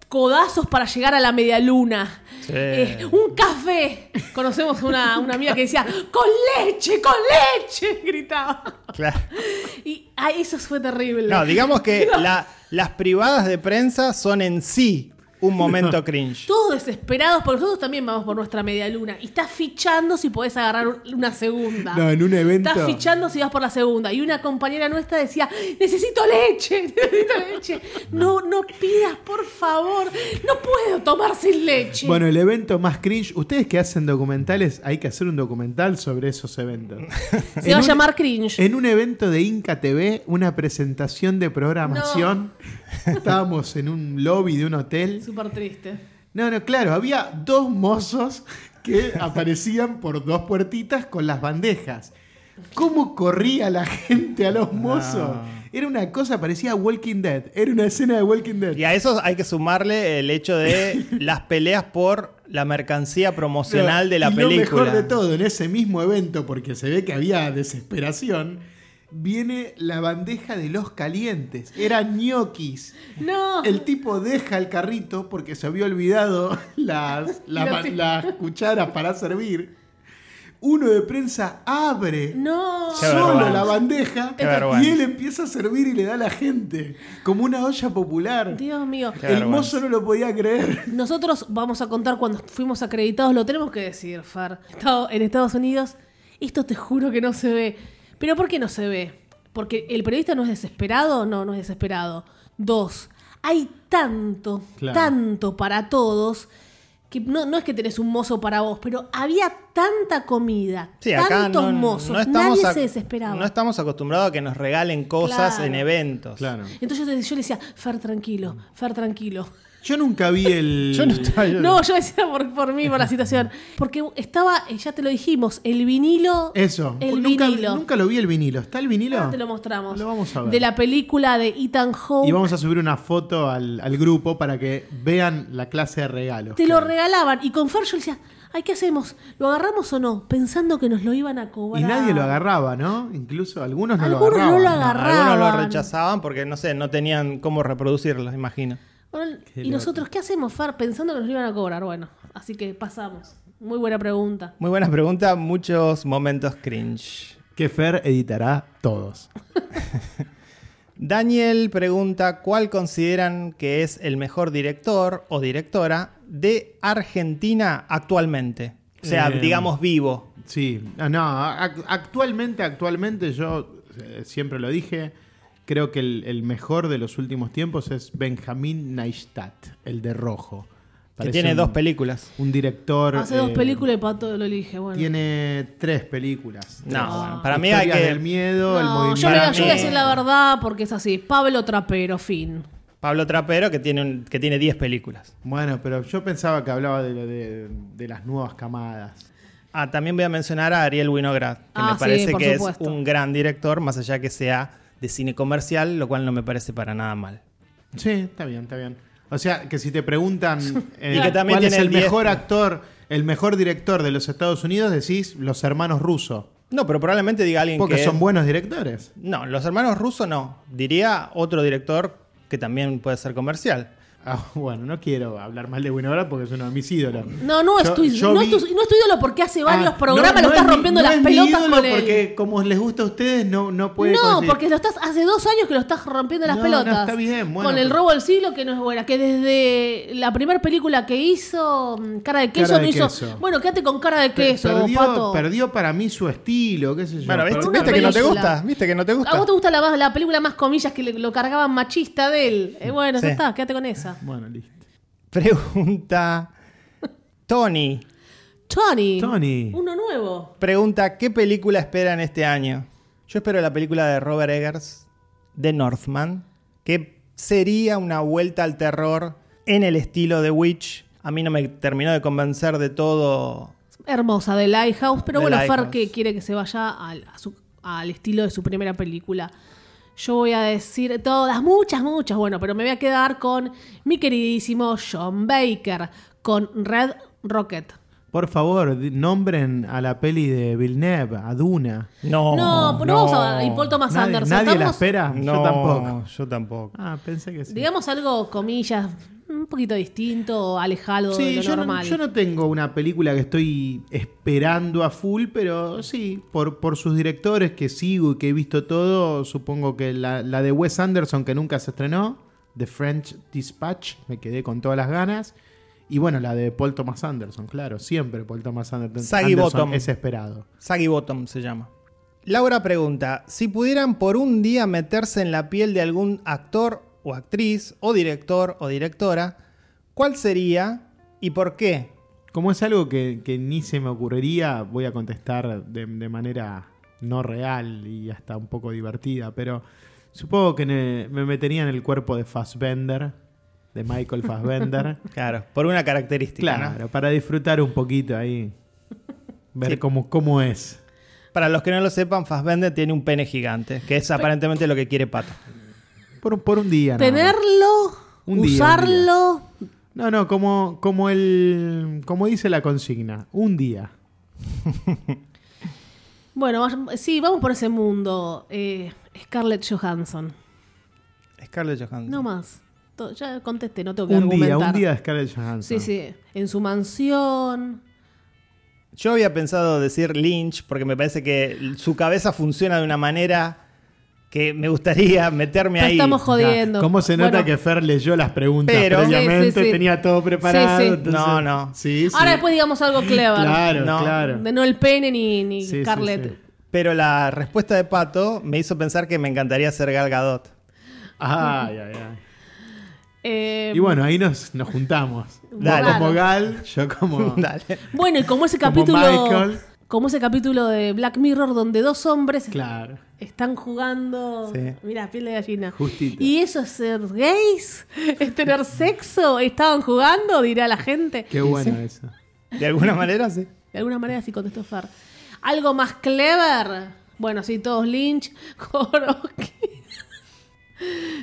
Speaker 2: Codazos para llegar a la medialuna.
Speaker 3: Sí.
Speaker 2: Eh, un café. Conocemos una, una amiga que decía, con leche, con leche, gritaba.
Speaker 3: Claro.
Speaker 2: Y ah, eso fue terrible.
Speaker 3: No, digamos que la- las privadas de prensa son en sí un momento cringe.
Speaker 2: Todos desesperados, porque nosotros también vamos por nuestra medialuna. Y estás fichando si podés agarrar un- una segunda.
Speaker 4: No, en un evento.
Speaker 2: Estás fichando si vas por la segunda. Y una compañera nuestra decía, necesito leche, necesito leche. No, no pidas, por favor. No puedo tomar sin leche.
Speaker 4: Bueno, el evento más cringe, ustedes que hacen documentales, hay que hacer un documental sobre esos eventos.
Speaker 2: Se va a llamar cringe.
Speaker 4: En un evento de Inca TV, una presentación de programación, estábamos en un lobby de un hotel.
Speaker 2: Súper triste.
Speaker 4: No, no, claro, había dos mozos que aparecían por dos puertitas con las bandejas. ¿Cómo corría la gente a los mozos? Era una cosa, parecía Walking Dead. Era una escena de Walking Dead.
Speaker 3: Y a eso hay que sumarle el hecho de las peleas por la mercancía promocional de la
Speaker 4: y
Speaker 3: película.
Speaker 4: Lo mejor de todo, en ese mismo evento, porque se ve que había desesperación, viene la bandeja de los calientes. Eran ñoquis.
Speaker 2: No.
Speaker 4: El tipo deja el carrito porque se había olvidado las, la-
Speaker 2: Lo pi-
Speaker 4: las cucharas para servir. Uno de prensa abre
Speaker 2: No.
Speaker 3: Qué
Speaker 4: solo
Speaker 3: vergüenza.
Speaker 4: la bandeja
Speaker 3: Qué
Speaker 4: y
Speaker 3: vergüenza.
Speaker 4: él empieza a servir y le da a la gente, como una olla popular.
Speaker 2: Dios mío.
Speaker 3: Qué
Speaker 4: El
Speaker 3: vergüenza.
Speaker 4: mozo no lo podía creer.
Speaker 2: Nosotros vamos a contar cuando fuimos acreditados, lo tenemos que decir, Fer. Estado- En Estados Unidos, esto te juro que no se ve. ¿Pero por qué no se ve? Porque el periodista no es desesperado, no, no es desesperado. Dos, hay tanto,
Speaker 4: Claro.
Speaker 2: tanto para todos, que no, no es que tenés un mozo para vos, pero había tanta comida,
Speaker 3: Sí, acá
Speaker 2: tantos
Speaker 3: no,
Speaker 2: mozos,
Speaker 3: no estamos
Speaker 2: nadie
Speaker 3: ac-
Speaker 2: se desesperaba.
Speaker 3: No estamos acostumbrados a que nos regalen cosas
Speaker 2: Claro.
Speaker 3: en eventos.
Speaker 4: Claro.
Speaker 2: Entonces yo le decía, Fer, tranquilo, Fer, tranquilo.
Speaker 4: Yo nunca vi el.
Speaker 3: Yo no estaba. yo-
Speaker 2: No, yo decía por, por mí, por la situación. Porque estaba, eh, ya te lo dijimos, el vinilo.
Speaker 4: Eso.
Speaker 2: El
Speaker 4: nunca,
Speaker 2: vinilo.
Speaker 4: nunca lo vi el vinilo. ¿Está el vinilo?
Speaker 2: Ahora te lo mostramos.
Speaker 4: Lo vamos a ver.
Speaker 2: De la película de Ethan Hawke.
Speaker 4: Y vamos a subir una foto al, al grupo para que vean la clase de regalo.
Speaker 2: Te lo regalaban. Y con Fer yo decía, ay, ¿qué hacemos? ¿Lo agarramos o no? Pensando que nos lo iban a cobrar.
Speaker 4: Y nadie lo agarraba, ¿no? Incluso algunos no
Speaker 2: Algunos no
Speaker 4: lo agarraban.
Speaker 2: lo agarraban.
Speaker 3: Algunos lo
Speaker 2: Raban.
Speaker 3: rechazaban porque, no sé, no tenían cómo reproducirlo, imagino.
Speaker 2: Bueno,
Speaker 4: Qué
Speaker 2: y
Speaker 4: loco.
Speaker 2: nosotros, ¿qué hacemos, Fer? Pensando que nos lo iban a cobrar. Bueno, así que pasamos. Muy buena pregunta.
Speaker 3: Muy buena pregunta, muchos momentos cringe.
Speaker 4: Que Fer editará todos.
Speaker 3: Daniel pregunta cuál consideran que es el mejor director o directora de Argentina actualmente. O sea,
Speaker 4: Eh,
Speaker 3: digamos vivo.
Speaker 4: Sí, Ah, no, ac- actualmente, actualmente yo eh, siempre lo dije, creo que el, el mejor de los últimos tiempos es Benjamín Neistat, el de rojo.
Speaker 3: Que
Speaker 4: Parece
Speaker 3: tiene
Speaker 4: un-
Speaker 3: dos películas.
Speaker 4: Un director...
Speaker 2: Hace dos
Speaker 4: eh,
Speaker 2: películas y Pato lo elige. Bueno.
Speaker 4: Tiene tres películas.
Speaker 3: No,
Speaker 4: Tres.
Speaker 3: bueno, para mí hay
Speaker 4: Historias
Speaker 3: que-
Speaker 4: del miedo, el
Speaker 2: No,
Speaker 4: movimiento...
Speaker 2: yo,
Speaker 3: para
Speaker 2: mira, yo voy a
Speaker 3: mí-
Speaker 2: decir la verdad porque es así. Pablo Trapero, fin.
Speaker 3: Pablo Trapero, que tiene, un- que tiene 10 películas.
Speaker 4: Bueno, pero yo pensaba que hablaba de, de- de las nuevas camadas.
Speaker 3: Ah, también voy a mencionar a Ariel Winograd, que
Speaker 2: Ah,
Speaker 3: me
Speaker 2: sí,
Speaker 3: parece
Speaker 2: por
Speaker 3: que
Speaker 2: supuesto.
Speaker 3: es un gran director, más allá que sea de cine comercial, lo cual no me parece para nada mal.
Speaker 4: Sí, está bien, está bien. O sea, que si te preguntan eh,
Speaker 3: Y que también
Speaker 4: cuál es
Speaker 3: tiene
Speaker 4: el
Speaker 3: el diez-
Speaker 4: mejor actor, el mejor director de los Estados Unidos, decís los hermanos rusos.
Speaker 3: No, pero probablemente diga alguien
Speaker 4: Porque
Speaker 3: que...
Speaker 4: son buenos directores.
Speaker 3: No, los hermanos rusos no. Diría otro director que también puede ser comercial.
Speaker 4: Ah, bueno, no quiero hablar mal de Winograd porque es uno de mis ídolos.
Speaker 2: No, no, es,
Speaker 4: Yo-
Speaker 2: tu,
Speaker 4: yo
Speaker 2: no,
Speaker 4: vi-
Speaker 2: es tu- no es tu ídolo porque hace varios
Speaker 4: Ah,
Speaker 2: programas,
Speaker 4: no-
Speaker 2: lo
Speaker 4: no
Speaker 2: estás
Speaker 4: es mi-
Speaker 2: rompiendo
Speaker 4: no
Speaker 2: las
Speaker 4: es mi
Speaker 2: pelotas
Speaker 4: ídolo
Speaker 2: con él.
Speaker 4: Porque como les gusta a ustedes, no, no puede
Speaker 2: no,
Speaker 4: coincidir.
Speaker 2: porque lo estás hace dos años que lo estás rompiendo las
Speaker 4: No, no,
Speaker 2: pelotas.
Speaker 4: está bien, bueno,
Speaker 2: con el
Speaker 4: pero-
Speaker 2: robo del siglo que no es buena, que desde la primera película que hizo, mm, cara de queso,
Speaker 4: Cara de
Speaker 2: no hizo.
Speaker 4: queso.
Speaker 2: Bueno, quédate con cara de
Speaker 4: Per-
Speaker 2: queso,
Speaker 4: perdió,
Speaker 2: pato.
Speaker 4: perdió para mí su estilo, qué sé yo.
Speaker 3: Bueno,
Speaker 4: Pero-
Speaker 3: viste,
Speaker 2: una
Speaker 3: viste que no te
Speaker 2: película.
Speaker 3: gusta, viste que no te gusta.
Speaker 2: A vos te gusta la, la película más comillas que le- lo cargaban machista de él. Eh, bueno, ya
Speaker 3: Sí.
Speaker 2: está, quédate con esa.
Speaker 4: Bueno, listo.
Speaker 3: Pregunta Tony,
Speaker 2: Tony.
Speaker 4: Tony.
Speaker 2: Uno nuevo.
Speaker 3: pregunta ¿qué película esperan este año? Yo espero la película de Robert Eggers de Northman, que sería una vuelta al terror en el estilo de Witch. A mí no me terminó de convencer de todo.
Speaker 2: Hermosa de Lighthouse, pero
Speaker 3: The
Speaker 2: bueno, Fer
Speaker 3: Lighthouse.
Speaker 2: que quiere que se vaya al, a su- al estilo de su primera película. Yo voy a decir todas, muchas, muchas, bueno, pero me voy a quedar con mi queridísimo John Baker, con Red Rocket.
Speaker 4: Por favor, di- nombren a la peli de Villeneuve, a Duna.
Speaker 3: No,
Speaker 2: no, pero vamos a. Y Paul Thomas
Speaker 4: nadie
Speaker 2: Anderson.
Speaker 4: nadie la
Speaker 2: estamos-
Speaker 4: espera,
Speaker 3: No,
Speaker 4: Ah, yo tampoco.
Speaker 3: Yo tampoco.
Speaker 4: Ah, pensé que sí.
Speaker 2: Digamos algo, comillas, un poquito distinto, alejado de
Speaker 4: Sí,
Speaker 2: lo
Speaker 4: yo no,
Speaker 2: normal.
Speaker 4: yo no tengo una película que estoy esperando a full, pero sí, por, por sus directores que sigo y que he visto todo, supongo que la, la de Wes Anderson que nunca se estrenó, The French Dispatch, me quedé con todas las ganas. Y bueno, la de Paul Thomas Anderson, claro, siempre Paul Thomas Anderson,
Speaker 3: Saggy
Speaker 4: Anderson
Speaker 3: Bottom.
Speaker 4: es esperado.
Speaker 3: Saggy Bottom se llama. Laura pregunta, si pudieran por un día meterse en la piel de algún actor o actriz o director o directora, ¿cuál sería y por qué?
Speaker 4: Como es algo que, que ni se me ocurriría, voy a contestar de, de manera no real y hasta un poco divertida, pero supongo que ne- me metería en el cuerpo de Fassbender, de Michael Fassbender.
Speaker 3: Claro, por una característica. ¿no?
Speaker 4: claro, para disfrutar un poquito ahí, ver
Speaker 3: Sí.
Speaker 4: cómo, cómo es.
Speaker 3: Para los que no lo sepan, Fassbender tiene un pene gigante, que es aparentemente lo que quiere Pato.
Speaker 4: Por, un- por un día. nada más.
Speaker 2: Tenerlo,
Speaker 4: Un día, un día.
Speaker 2: usarlo.
Speaker 4: No, no, como, como, el, como dice la consigna, un día.
Speaker 2: Bueno, vay- sí, vamos por ese mundo. Eh, Scarlett Johansson.
Speaker 3: Scarlett Johansson.
Speaker 2: No más. To- Ya contesté, no tengo que
Speaker 4: Un día,
Speaker 2: argumentar.
Speaker 4: un día de Scarlett Johansson.
Speaker 2: Sí, sí. En su mansión.
Speaker 3: Yo había pensado decir Lynch porque me parece que su cabeza funciona de una manera que me gustaría meterme
Speaker 2: Pero
Speaker 3: ahí.
Speaker 2: estamos jodiendo.
Speaker 4: Como ¿Cómo se nota
Speaker 2: Bueno,
Speaker 4: que Fer leyó las preguntas
Speaker 3: Pero-
Speaker 4: previamente?
Speaker 2: Sí, sí, sí.
Speaker 4: Tenía todo preparado.
Speaker 2: Sí, sí.
Speaker 4: entonces-
Speaker 3: No, no.
Speaker 4: Sí, sí.
Speaker 2: Ahora después digamos algo clever.
Speaker 4: Claro,
Speaker 3: No.
Speaker 4: claro.
Speaker 2: De no el pene ni, ni
Speaker 4: Sí, sí,
Speaker 2: Scarlett.
Speaker 4: sí.
Speaker 3: Pero la respuesta de Pato me hizo pensar que me encantaría ser Gal Gadot.
Speaker 4: Ay, ay, ay.
Speaker 2: Eh,
Speaker 4: Y bueno, ahí nos, nos juntamos.
Speaker 2: Dale.
Speaker 4: Vos como Gal, yo como,
Speaker 2: Oh.
Speaker 3: Dale.
Speaker 2: bueno, y como ese
Speaker 4: como
Speaker 2: capítulo.
Speaker 4: Michael.
Speaker 2: Como ese capítulo de Black Mirror donde dos hombres
Speaker 4: Claro.
Speaker 2: están jugando.
Speaker 3: Sí.
Speaker 2: Mira, piel de gallina.
Speaker 5: Justito.
Speaker 2: ¿Y eso es ser gays? ¿Es tener sexo? ¿Estaban jugando? Dirá la gente.
Speaker 4: Qué bueno eso.
Speaker 3: De alguna manera, sí.
Speaker 2: De alguna manera sí contestó Fer. ¿Algo más clever? Bueno, sí, todos Lynch, Jodorowsky.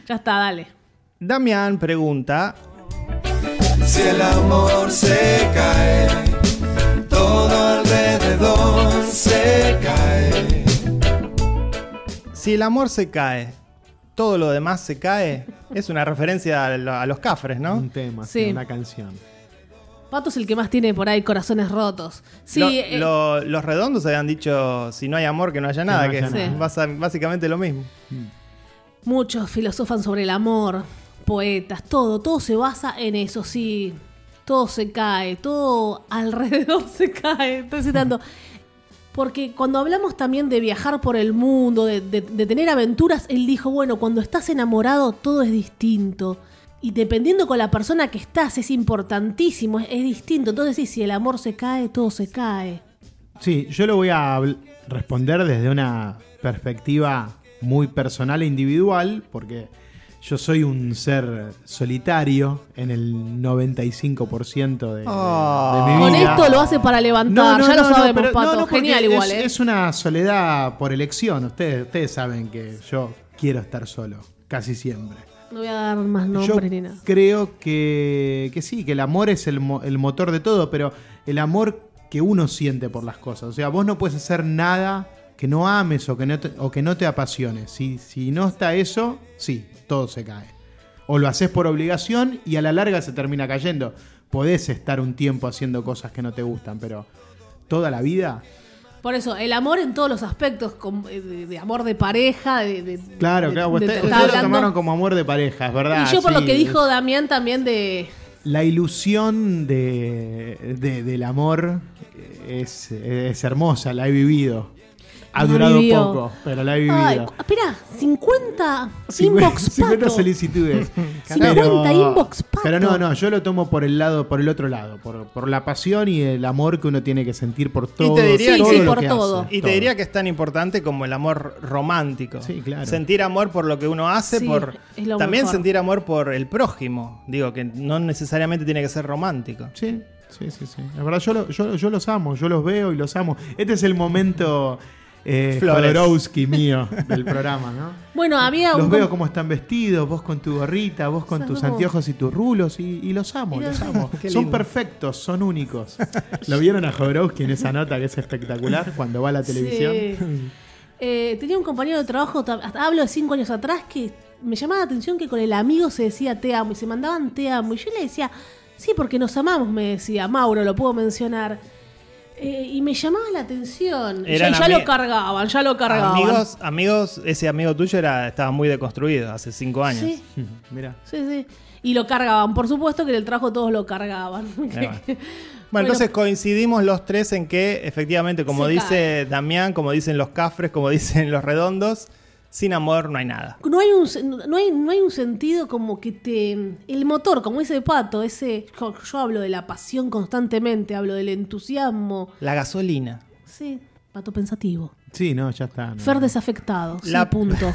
Speaker 2: ya está, dale.
Speaker 3: Damián pregunta,
Speaker 6: Si el amor se cae, todo alrededor se cae.
Speaker 3: si el amor se cae, todo lo demás se cae. Es una referencia a, lo- a los cafres, ¿no?
Speaker 4: Un tema,
Speaker 2: Sí.
Speaker 4: sí, una canción.
Speaker 2: Pato es el que más tiene por ahí corazones rotos. Sí,
Speaker 3: Lo-
Speaker 2: eh,
Speaker 3: lo- los redondos habían dicho, si no hay amor, que no haya nada,
Speaker 4: no
Speaker 3: que,
Speaker 4: haya
Speaker 3: es
Speaker 2: nada.
Speaker 3: basa- básicamente lo mismo.
Speaker 2: muchos filosofan sobre el amor, poetas, todo, todo se basa en eso, sí. Todo se cae, todo alrededor se cae. Estoy citando. Porque cuando hablamos también de viajar por el mundo, de, de- de tener aventuras, él dijo, bueno, cuando estás enamorado todo es distinto. Y dependiendo con la persona que estás es importantísimo, es, es distinto. Entonces sí, si el amor se cae, todo se cae.
Speaker 4: Sí, yo lo voy a habl- responder desde una perspectiva muy personal e individual, porque yo soy un ser solitario en el 95% de, de-
Speaker 3: Oh.
Speaker 4: de mi
Speaker 2: Con
Speaker 4: vida.
Speaker 2: esto lo hace para levantar, ya lo sabemos,
Speaker 4: pero-
Speaker 2: Pato.
Speaker 4: no, no, porque
Speaker 2: Genial
Speaker 4: es-
Speaker 2: igual, ¿eh?
Speaker 4: Es una soledad por elección. Ustedes, ustedes saben que yo quiero estar solo, casi siempre.
Speaker 2: No voy a dar más
Speaker 4: Yo
Speaker 2: nombres ni nada.
Speaker 4: creo que, que sí, que el amor es el, mo- el motor de todo, pero el amor que uno siente por las cosas. O sea, vos no puedes hacer nada que no ames o que no te, o que no te apasione. Si, si no está eso, sí, todo se cae. O lo haces por obligación y a la larga se termina cayendo. Podés estar un tiempo haciendo cosas que no te gustan, pero toda la vida.
Speaker 2: Por eso, el amor en todos los aspectos, com- eh, de, de amor de pareja, de... de-
Speaker 4: Claro,
Speaker 2: de-
Speaker 4: claro, pues
Speaker 2: de-
Speaker 4: ustedes,
Speaker 2: está
Speaker 4: ustedes lo
Speaker 2: hablando-
Speaker 4: tomaron como amor de pareja, es verdad.
Speaker 2: Y yo por lo
Speaker 4: sí,
Speaker 2: que dijo
Speaker 4: es-
Speaker 2: Damián también de...
Speaker 4: La ilusión de, de- del amor es, es hermosa, la he vivido. Ha
Speaker 2: La
Speaker 4: durado
Speaker 2: vivió.
Speaker 4: poco, pero la he vivido.
Speaker 2: Ay, cu- espera, 50 inbox
Speaker 4: 50
Speaker 2: pato.
Speaker 4: solicitudes.
Speaker 2: 50 inbox pato.
Speaker 4: Pero no, no, yo lo tomo por el lado, por el otro lado, por, por la pasión y el amor que uno tiene que sentir por todo.
Speaker 3: diría
Speaker 4: todo
Speaker 3: que- Sí,
Speaker 4: lo
Speaker 2: por
Speaker 4: que
Speaker 2: todo.
Speaker 4: hace,
Speaker 3: Y te diría que es tan importante como el amor romántico.
Speaker 4: Sí, claro.
Speaker 3: Sentir amor por lo que uno hace,
Speaker 2: Sí,
Speaker 3: por
Speaker 2: es lo
Speaker 3: también
Speaker 2: mejor.
Speaker 3: sentir amor por el prójimo. Digo, que no necesariamente tiene que ser romántico.
Speaker 4: Sí, sí, sí, sí. La verdad, yo, lo- yo, yo los amo, yo los veo y los amo. Este es el momento eh,
Speaker 3: Flores.
Speaker 4: Jodorowsky mío del programa, ¿no?
Speaker 2: Bueno, había
Speaker 4: Los
Speaker 2: un...
Speaker 4: veo como están vestidos, vos con tu gorrita, vos con
Speaker 2: Esas
Speaker 4: tus
Speaker 2: dos.
Speaker 4: anteojos y tus rulos, y, y los amo,
Speaker 2: Y
Speaker 4: los
Speaker 2: los-
Speaker 4: amo.
Speaker 3: Qué
Speaker 4: son
Speaker 3: lindo.
Speaker 4: perfectos, son únicos. ¿Lo vieron a Jodorowsky en esa nota que es espectacular cuando va a la
Speaker 2: Sí.
Speaker 4: televisión?
Speaker 2: Eh, tenía un compañero de trabajo, ta- hasta hablo de 5 años atrás, que me llamaba la atención que con el amigo se decía te amo y se mandaban te amo. Y yo le decía, sí, porque nos amamos, me decía Mauro, lo puedo mencionar. Eh, y me llamaba la atención. Y ya,
Speaker 3: Eran
Speaker 2: y ya
Speaker 3: ami-
Speaker 2: lo cargaban, ya lo cargaban.
Speaker 3: Amigos, amigos, ese amigo tuyo era, estaba muy deconstruido hace cinco años.
Speaker 2: Sí,
Speaker 4: Mira.
Speaker 2: sí, sí. Y lo cargaban, por supuesto que en el trabajo todos lo cargaban.
Speaker 3: Ahí va. Bueno,
Speaker 2: Bueno.
Speaker 3: entonces coincidimos los tres en que efectivamente, como
Speaker 2: Se
Speaker 3: dice Damián, como dicen los cafres, como dicen los redondos, sin amor no hay nada.
Speaker 2: no hay un sen- no hay, no hay un sentido como que te el motor como ese pato ese yo, yo hablo de la pasión constantemente hablo del entusiasmo
Speaker 3: La gasolina.
Speaker 2: sí pato pensativo
Speaker 4: Sí, no, ya está. no.
Speaker 2: ser desafectado sí,
Speaker 3: La-
Speaker 2: punto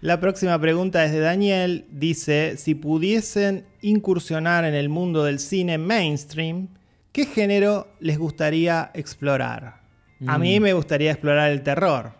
Speaker 3: La próxima pregunta es de Daniel. Dice, si pudiesen incursionar en el mundo del cine mainstream, ¿qué género les gustaría explorar? A mí me gustaría explorar el terror,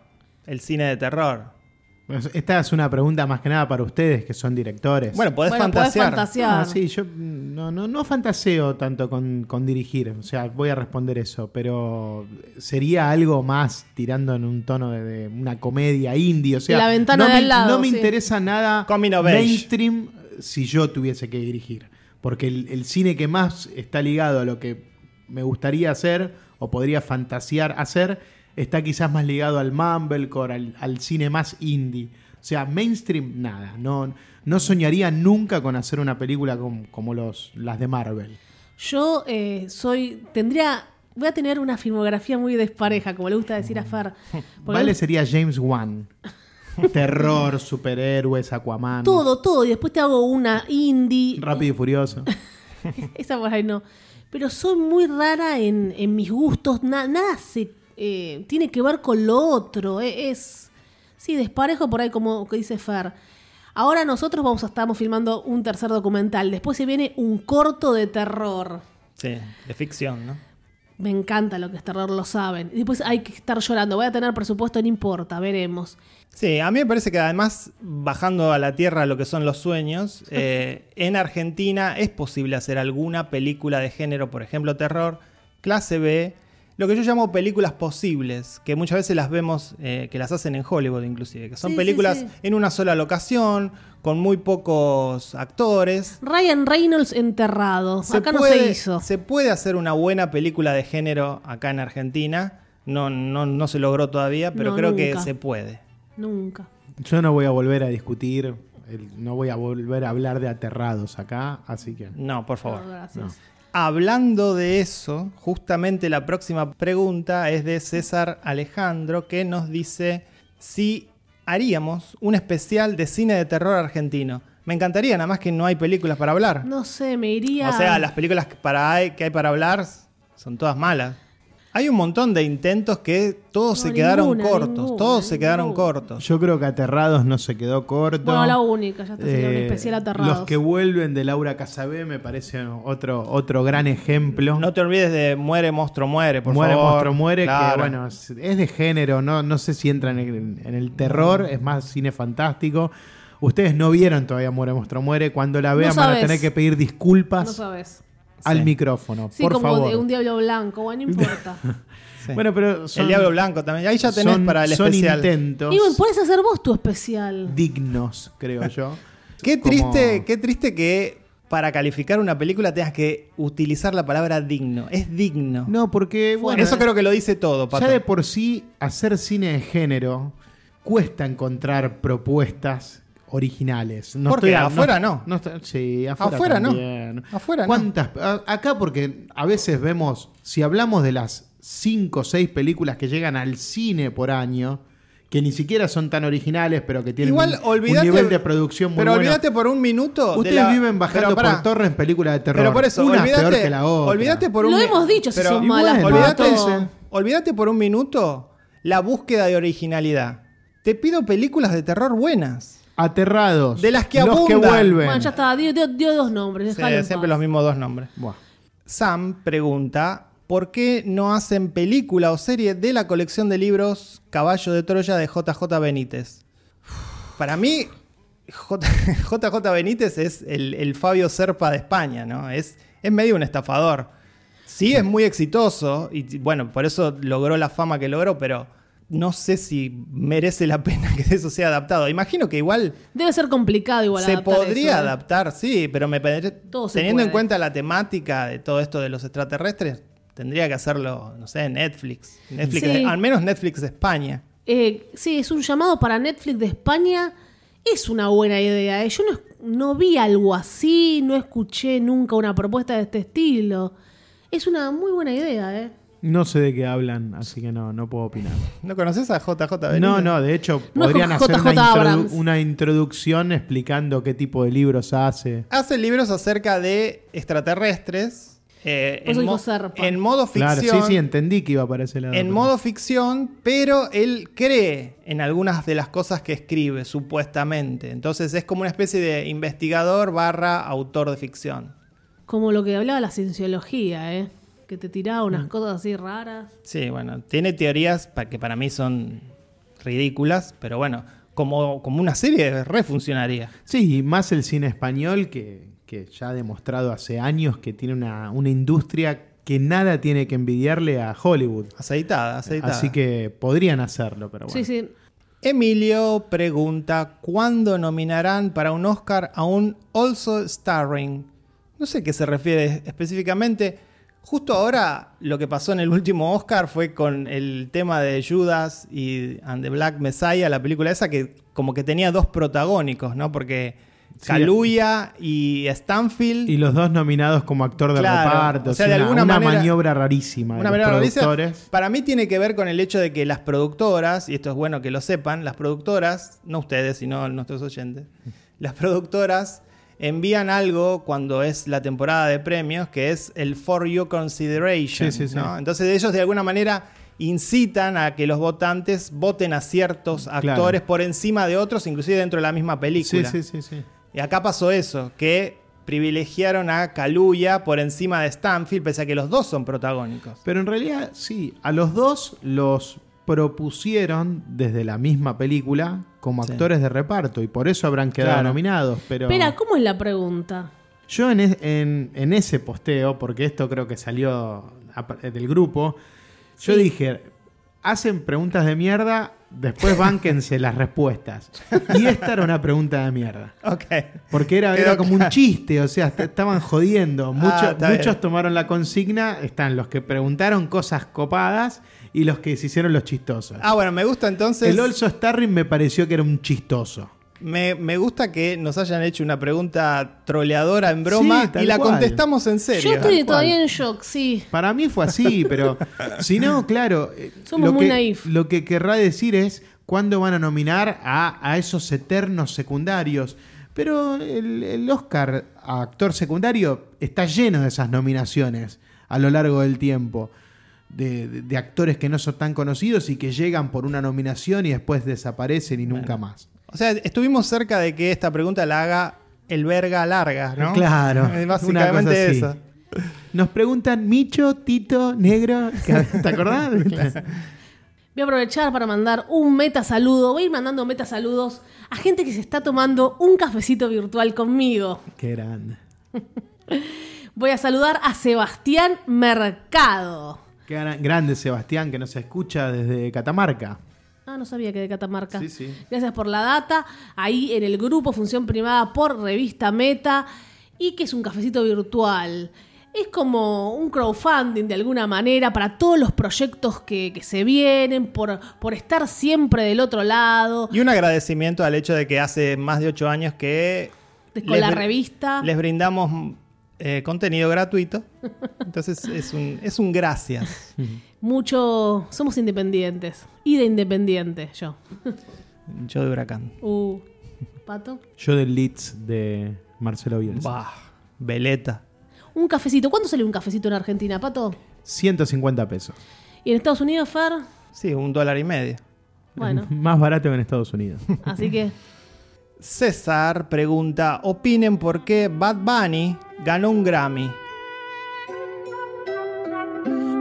Speaker 3: el cine de terror.
Speaker 4: Pues Esta es una pregunta más que nada para ustedes que son directores.
Speaker 3: Bueno, podés
Speaker 2: Bueno, podés
Speaker 3: fantasear.
Speaker 4: Ah,
Speaker 2: fantasear.
Speaker 4: sí, yo mm, no, no, no fantaseo tanto con, con dirigir, o sea, voy a responder eso, pero sería algo más tirando en un tono de, de una comedia indie, o sea,
Speaker 2: La ventana
Speaker 4: no,
Speaker 2: de
Speaker 4: me,
Speaker 2: al lado,
Speaker 4: no me
Speaker 2: sí.
Speaker 4: interesa nada
Speaker 3: Coming of age.
Speaker 4: mainstream eh, si yo tuviese que dirigir, porque el, el cine que más está ligado a lo que me gustaría hacer o podría fantasear hacer está quizás más ligado al mumblecore, al, al cine más indie. O sea, mainstream, nada. No, no soñaría nunca con hacer una película com- como los, las de Marvel.
Speaker 2: Yo eh, soy. Tendría. Voy a tener una filmografía muy despareja, como le gusta decir a Fer. Porque
Speaker 4: vale
Speaker 2: me-
Speaker 4: sería James Wan. Terror, superhéroes, Aquaman.
Speaker 2: todo, todo. Y después te hago una indie.
Speaker 4: Rápido y Furioso.
Speaker 2: Esa por ahí no. pero soy muy rara en, en mis gustos. na- nada se, eh, tiene que ver con lo otro. eh, es. Sí, desparejo por ahí, como que dice Fer. Ahora nosotros vamos a estamos filmando un tercer documental. Después se viene un corto de terror.
Speaker 3: Sí, de ficción, ¿no?
Speaker 2: Me encanta lo que es terror, lo saben. Y después hay que estar llorando. Voy a tener presupuesto, no importa, veremos.
Speaker 3: Sí, a mí me parece que además, bajando a la tierra lo que son los sueños, eh, en Argentina es posible hacer alguna película de género, por ejemplo, terror, clase B, lo que yo llamo películas posibles, que muchas veces las vemos, eh, que las hacen en Hollywood inclusive, que son
Speaker 2: Sí, sí,
Speaker 3: películas
Speaker 2: sí.
Speaker 3: en una sola locación, con muy pocos actores.
Speaker 2: Ryan Reynolds enterrado. Acá no se hizo.
Speaker 3: se puede hacer una buena película de género acá en Argentina. No, no, no se logró todavía, pero
Speaker 2: No,
Speaker 3: creo que
Speaker 2: nunca.
Speaker 3: se puede.
Speaker 2: Nunca.
Speaker 4: Yo no voy a volver a discutir, el- no voy a volver a hablar de aterrados acá, así que.
Speaker 3: No, por favor.
Speaker 2: No, gracias.
Speaker 3: Hablando de eso, justamente la próxima pregunta es de César Alejandro, que nos dice si haríamos un especial de cine de terror argentino. Me encantaría, nada más que no hay películas para hablar.
Speaker 2: No sé, me iría.
Speaker 3: O sea, las películas que, para hay, que hay para hablar son todas malas. Hay un montón de intentos que todos
Speaker 2: No,
Speaker 3: se quedaron
Speaker 2: ninguna,
Speaker 3: cortos,
Speaker 2: ninguna,
Speaker 3: todos se quedaron
Speaker 2: ninguna.
Speaker 3: cortos.
Speaker 4: Yo creo que aterrados no se quedó corto.
Speaker 2: Bueno, la única, ya está haciendo un
Speaker 4: Eh,
Speaker 2: especial aterrados.
Speaker 4: Los que vuelven de Laura Casabé me parece otro, otro gran ejemplo.
Speaker 3: No te olvides de Muere, Monstruo, Muere, por
Speaker 4: muere,
Speaker 3: favor.
Speaker 4: monstruo, muere, que
Speaker 3: Claro.
Speaker 4: bueno, es es de género, no, no sé si entra en el, en el terror, es más cine fantástico. Ustedes no vieron todavía Muere, monstruo, muere. Cuando la vean van a
Speaker 2: sabes.
Speaker 4: tener que pedir disculpas
Speaker 2: No sabes.
Speaker 4: al
Speaker 3: Sí.
Speaker 4: micrófono,
Speaker 2: Sí,
Speaker 4: por
Speaker 2: como
Speaker 4: favor.
Speaker 2: de un diablo blanco, bueno, no importa.
Speaker 3: Sí.
Speaker 4: Bueno, pero
Speaker 3: El
Speaker 4: son-
Speaker 3: Diablo Blanco también. Ahí ya tenés
Speaker 4: son-
Speaker 3: para el
Speaker 4: son
Speaker 3: especial.
Speaker 4: intentos
Speaker 2: y bueno, puedes hacer vos tu especial.
Speaker 4: dignos, creo yo.
Speaker 3: Qué
Speaker 4: Como-
Speaker 3: triste, qué triste que para calificar una película tengas que utilizar la palabra digno. Es digno.
Speaker 4: No, porque bueno,
Speaker 3: Eso creo que lo dice todo, Pato.
Speaker 4: Ya de por sí, hacer cine de género cuesta encontrar propuestas originales. No
Speaker 3: Porque
Speaker 4: estoy-
Speaker 3: afuera no.
Speaker 4: no estoy- sí, afuera,
Speaker 3: Afuera no.
Speaker 4: también.
Speaker 3: Afuera no.
Speaker 4: ¿Cuántas? a- Acá porque a veces vemos, si hablamos de las 5 o 6 películas que llegan al cine por año, que ni siquiera son tan originales, pero que tienen
Speaker 3: Igual
Speaker 4: un- un,
Speaker 3: olvídate
Speaker 4: nivel de producción muy
Speaker 3: Pero
Speaker 4: bueno.
Speaker 3: olvídate por un minuto. de
Speaker 4: Ustedes
Speaker 3: la-
Speaker 4: viven bajando
Speaker 3: pero pará,
Speaker 4: por torres en películas de terror.
Speaker 3: Pero por eso,
Speaker 4: una
Speaker 3: olvídate,
Speaker 4: peor que la otra.
Speaker 3: olvídate por un
Speaker 2: Lo
Speaker 3: mi-
Speaker 2: hemos dicho, si
Speaker 3: pero-
Speaker 2: son
Speaker 4: y
Speaker 2: malas.
Speaker 4: bueno,
Speaker 2: Pato.
Speaker 3: Olvídate,
Speaker 4: Entonces-
Speaker 3: olvídate por un minuto la búsqueda de originalidad. Te pido películas de terror buenas.
Speaker 4: Aterrados.
Speaker 3: De las que
Speaker 4: Los que
Speaker 3: abundan.
Speaker 4: vuelven.
Speaker 2: Bueno, ya está, dio, dio- dio dos nombres.
Speaker 3: Sí,
Speaker 2: dejalo en
Speaker 3: siempre
Speaker 2: paz.
Speaker 3: los mismos dos nombres.
Speaker 4: Buah.
Speaker 3: Sam pregunta, ¿por qué no hacen película o serie de la colección de libros Caballo de Troya de JJ Benítez? Para mí, J- JJ Benítez es el, el Fabio Serpa de España, ¿no? Es, es medio un estafador. Sí, es muy exitoso y bueno, por eso logró la fama que logró, pero no sé si merece la pena que eso sea adaptado. Imagino que igual
Speaker 2: Debe ser complicado igual.
Speaker 3: se
Speaker 2: adaptar
Speaker 3: podría
Speaker 2: eso, ¿eh?
Speaker 3: adaptar, sí, pero me parece-
Speaker 2: Todo se
Speaker 3: teniendo
Speaker 2: puede.
Speaker 3: en cuenta la temática de todo esto de los extraterrestres, tendría que hacerlo, no sé, Netflix. Netflix
Speaker 2: Sí.
Speaker 3: Al menos Netflix España.
Speaker 2: Eh, sí, es un llamado para Netflix de España. Es una buena idea. eh. Yo no, es- no vi algo así, no escuché nunca una propuesta de este estilo. Es una muy buena idea, ¿eh?
Speaker 4: No sé de qué hablan, así que no, no puedo opinar.
Speaker 3: ¿No conoces a JJ Benítez?
Speaker 4: No, no, de hecho,
Speaker 2: No es
Speaker 4: podrían
Speaker 2: como
Speaker 4: hacer una,
Speaker 2: JJ
Speaker 4: introdu-
Speaker 2: Abrams.
Speaker 4: una introducción explicando qué tipo de libros hace.
Speaker 3: Hace libros acerca de extraterrestres. eh,
Speaker 2: Por eso
Speaker 3: en,
Speaker 2: dijo
Speaker 3: mo-
Speaker 2: Serpa.
Speaker 3: en modo ficción.
Speaker 4: Claro, sí, sí, entendí que iba para ese lado.
Speaker 3: en
Speaker 4: pero-
Speaker 3: modo ficción, pero él cree en algunas de las cosas que escribe, supuestamente. Entonces es como una especie de investigador barra autor de ficción.
Speaker 2: Como lo que hablaba la cienciología, ¿eh? Que te tiraba unas cosas así raras.
Speaker 3: Sí, bueno, tiene teorías pa- que para mí son ridículas, pero bueno, como, como una serie re funcionaría.
Speaker 4: Sí, y más el cine español que, que ya ha demostrado hace años que tiene una, una industria que nada tiene que envidiarle a Hollywood.
Speaker 3: Aceitada, aceitada.
Speaker 4: Así que podrían hacerlo, pero bueno.
Speaker 2: Sí, sí.
Speaker 3: Emilio pregunta, ¿cuándo nominarán para un Oscar a un Also Starring? No sé a qué se refiere específicamente. Justo ahora lo que pasó en el último Oscar fue con el tema de Judas y and the Black Messiah, la película esa que como que tenía dos protagónicos, ¿no? Porque
Speaker 4: Sí.
Speaker 3: Kaluuya y Stanfield.
Speaker 4: Y los dos nominados como actor de
Speaker 3: Claro,
Speaker 4: reparto.
Speaker 3: o sea, de
Speaker 4: una,
Speaker 3: alguna
Speaker 4: una
Speaker 3: manera-
Speaker 4: maniobra rarísima. de
Speaker 3: Una
Speaker 4: los
Speaker 3: manera de organizar.
Speaker 4: productores.
Speaker 3: Para mí tiene que ver con el hecho de que las productoras, y esto es bueno que lo sepan, las productoras, no ustedes, sino nuestros oyentes, las productoras envían algo cuando es la temporada de premios, que es el For You Consideration.
Speaker 4: Sí, sí, sí.
Speaker 3: ¿no? Entonces ellos de alguna manera incitan a que los votantes voten a ciertos
Speaker 4: Claro.
Speaker 3: actores por encima de otros, inclusive dentro de la misma
Speaker 4: Sí,
Speaker 3: película.
Speaker 4: sí, sí, sí.
Speaker 3: Y acá pasó eso, que privilegiaron a Kaluuya por encima de Stanfield, pese a que los dos son protagónicos.
Speaker 4: Pero en realidad, sí, a los dos los propusieron desde la misma película como
Speaker 3: Sí.
Speaker 4: actores de reparto y por eso habrán quedado
Speaker 3: Claro.
Speaker 4: nominados. Pero
Speaker 2: Espera, ¿cómo es la pregunta?
Speaker 4: yo en, es- en- en ese posteo, porque esto creo que salió a- del grupo, yo
Speaker 2: Sí.
Speaker 4: dije, hacen preguntas de mierda, después bánquense las respuestas. Y esta era una pregunta de mierda.
Speaker 3: Ok.
Speaker 4: Porque era,
Speaker 3: Quedó
Speaker 4: era como un chiste, o sea, est- estaban jodiendo. Mucho-
Speaker 3: Ah, está
Speaker 4: muchos
Speaker 3: bien.
Speaker 4: tomaron la consigna, están los que preguntaron cosas copadas y los que se hicieron los chistosos.
Speaker 3: Ah, bueno, me gusta entonces.
Speaker 4: el Also Starring me pareció que era un chistoso.
Speaker 3: Me, me gusta que nos hayan hecho una pregunta troleadora en broma
Speaker 4: Sí, tal
Speaker 3: y la
Speaker 4: cual.
Speaker 3: contestamos en serio.
Speaker 2: Yo estoy
Speaker 4: Tal cual.
Speaker 2: todavía en shock, sí.
Speaker 4: Para mí fue así, pero si no, claro. eh,
Speaker 2: Somos
Speaker 4: lo
Speaker 2: muy
Speaker 4: que,
Speaker 2: naif.
Speaker 4: Lo que querrá decir es cuándo van a nominar a, a esos eternos secundarios. Pero el, el Oscar a actor secundario está lleno de esas nominaciones a lo largo del tiempo. De, de- de actores que no son tan conocidos y que llegan por una nominación y después desaparecen y nunca más.
Speaker 3: O sea, estuvimos cerca de que esta pregunta la haga el verga larga, ¿no?
Speaker 4: Claro,
Speaker 3: Es
Speaker 4: una cosa
Speaker 3: Básicamente
Speaker 4: así.
Speaker 3: eso.
Speaker 4: Nos preguntan Micho, Tito, Negro. ¿Te acordás?
Speaker 2: Voy a aprovechar para mandar un meta saludo. Voy a ir mandando meta saludos a gente que se está tomando un cafecito virtual conmigo.
Speaker 4: Qué grande.
Speaker 2: Voy a saludar a Sebastián Mercado.
Speaker 4: Qué gra- grande Sebastián que nos escucha desde Catamarca.
Speaker 2: Ah, no sabía que de Catamarca.
Speaker 4: Sí, sí.
Speaker 2: Gracias por la data. Ahí en el grupo Función Primada por Revista Meta. Y que es un cafecito virtual. Es como un crowdfunding de alguna manera para todos los proyectos que, que se vienen, por, por estar siempre del otro lado.
Speaker 3: Y un agradecimiento al hecho de que hace más de ocho años que.
Speaker 2: Con
Speaker 3: les
Speaker 2: la
Speaker 3: br-
Speaker 2: revista.
Speaker 3: Les brindamos eh, contenido gratuito. Entonces es un, es un gracias.
Speaker 2: Mucho. Somos independientes. Y de independiente, yo.
Speaker 3: Yo de huracán.
Speaker 2: Uh, Pato.
Speaker 4: Yo del Leeds de Marcelo Bielsa.
Speaker 3: Bah, veleta.
Speaker 2: Un cafecito. ¿Cuánto sale un cafecito en Argentina, Pato?
Speaker 4: 150 pesos.
Speaker 2: ¿Y en Estados Unidos, Fer?
Speaker 3: Sí, un dólar y medio.
Speaker 2: Bueno,
Speaker 4: Más barato que en Estados Unidos.
Speaker 2: así que.
Speaker 3: César pregunta, opinen por qué Bad Bunny ganó un Grammy.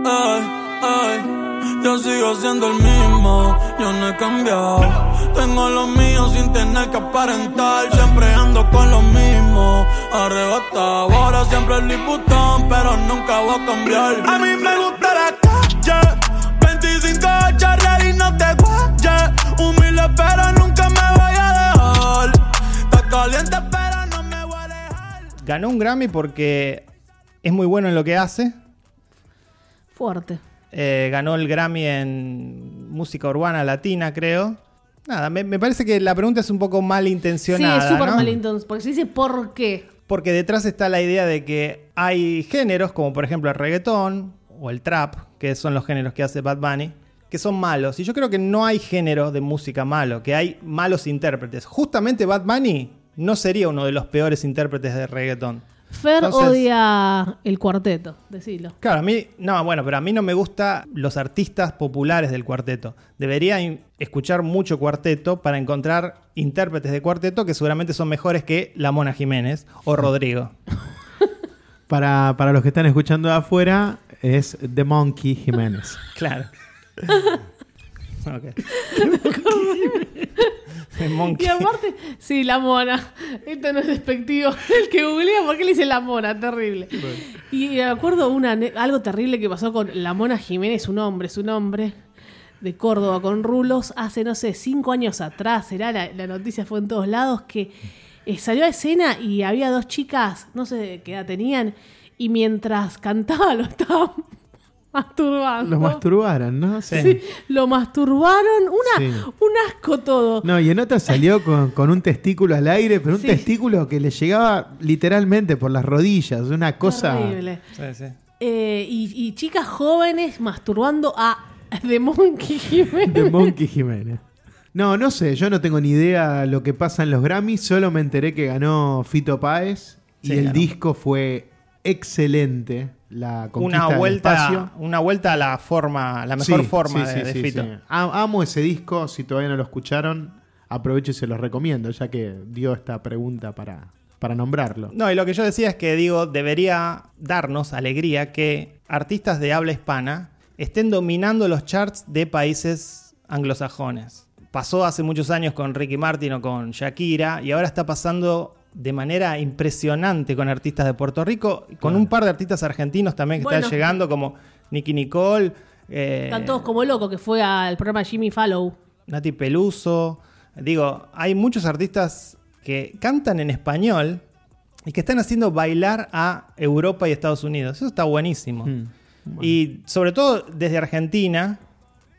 Speaker 5: Ay, ay, yo sigo siendo el mismo, yo no he cambiado. Tengo lo mío sin tener que aparentar, siempre ando con lo mismo, arrebatado. Ahora siempre el disputón, pero nunca voy a cambiar. A mí me gusta la calle, 25 charlar y no te guayes. Humilde, pero nunca me voy a dejar. Está caliente, pero no me voy a dejar.
Speaker 3: Ganó un Grammy porque es muy bueno en lo que hace.
Speaker 2: Fuerte.
Speaker 3: Eh, ganó el Grammy en música urbana latina, creo. Nada, me, me parece que la pregunta es un poco
Speaker 2: Sí, es
Speaker 3: malintencionada.
Speaker 2: súper
Speaker 3: ¿no?
Speaker 2: malintencionado. Porque se dice por qué.
Speaker 3: Porque detrás está la idea de que hay géneros, como por ejemplo el reggaetón o el trap, que son los géneros que hace Bad Bunny, que son malos. Y yo creo que no hay género de música malo, que hay malos intérpretes. Justamente Bad Bunny no sería uno de los peores intérpretes de reggaetón.
Speaker 2: Fer
Speaker 3: Entonces-
Speaker 2: odia el cuarteto, decilo.
Speaker 3: Claro, a mí, no, bueno, pero a mí no me gusta los artistas populares del cuarteto. Debería in- escuchar mucho cuarteto para encontrar intérpretes de cuarteto que seguramente son mejores que La Mona Jiménez o Rodrigo.
Speaker 4: Para, para los que están escuchando de afuera, es The Monkey Jiménez.
Speaker 3: Claro. Ok. El monkey.
Speaker 2: Y aparte, sí, la mona. Esto no es despectivo. El que googlea, ¿por qué le dice la mona? Terrible. Y me acuerdo una, ane- algo terrible que pasó con la mona Jiménez, un hombre, su nombre, de Córdoba, con rulos, hace, no sé, cinco años atrás, era la, la noticia fue en todos lados, que eh, salió a escena y había dos chicas, no sé qué edad tenían, y mientras cantaba lo estaban masturbando.
Speaker 4: Los masturbaron, ¿no?
Speaker 3: Sí.
Speaker 2: Lo masturbaron, una,
Speaker 4: Sí.
Speaker 2: un asco todo.
Speaker 4: No, y en otra salió con, con un testículo al aire, pero un
Speaker 2: Sí.
Speaker 4: testículo que le llegaba literalmente por las rodillas. Una cosa.
Speaker 2: Terrible.
Speaker 3: Sí, sí.
Speaker 2: Eh, y, y chicas jóvenes masturbando a The Monkey Jiménez.
Speaker 4: The Monkey Jiménez. No, no sé, yo no tengo ni idea lo que pasa en los Grammys, solo me enteré que ganó Fito Páez
Speaker 3: Sí,
Speaker 4: y el
Speaker 3: ganó.
Speaker 4: disco fue excelente. La conquista
Speaker 3: Una
Speaker 4: del
Speaker 3: vuelta,
Speaker 4: espacio.
Speaker 3: una vuelta a la forma, la mejor
Speaker 4: Sí,
Speaker 3: forma
Speaker 4: sí,
Speaker 3: de,
Speaker 4: sí,
Speaker 3: de
Speaker 4: sí,
Speaker 3: Fito.
Speaker 4: sí. A- Amo ese disco, si todavía no lo escucharon, aprovecho y se los recomiendo, ya que dio esta pregunta para, para nombrarlo.
Speaker 3: No, y lo que yo decía es que digo, debería darnos alegría que artistas de habla hispana estén dominando los charts de países anglosajones. Pasó hace muchos años con Ricky Martin o con Shakira y ahora está pasando de manera impresionante con artistas de Puerto Rico, con un par de artistas argentinos también que
Speaker 2: Bueno.
Speaker 3: están llegando como Nicky Nicole, eh,
Speaker 2: Están todos como locos que fue al programa Jimmy Fallow.
Speaker 3: Nati Peluso. Digo, hay muchos artistas que cantan en español y que están haciendo bailar a Europa y Estados Unidos. Eso está buenísimo.
Speaker 4: Mm.
Speaker 3: Y sobre todo desde Argentina,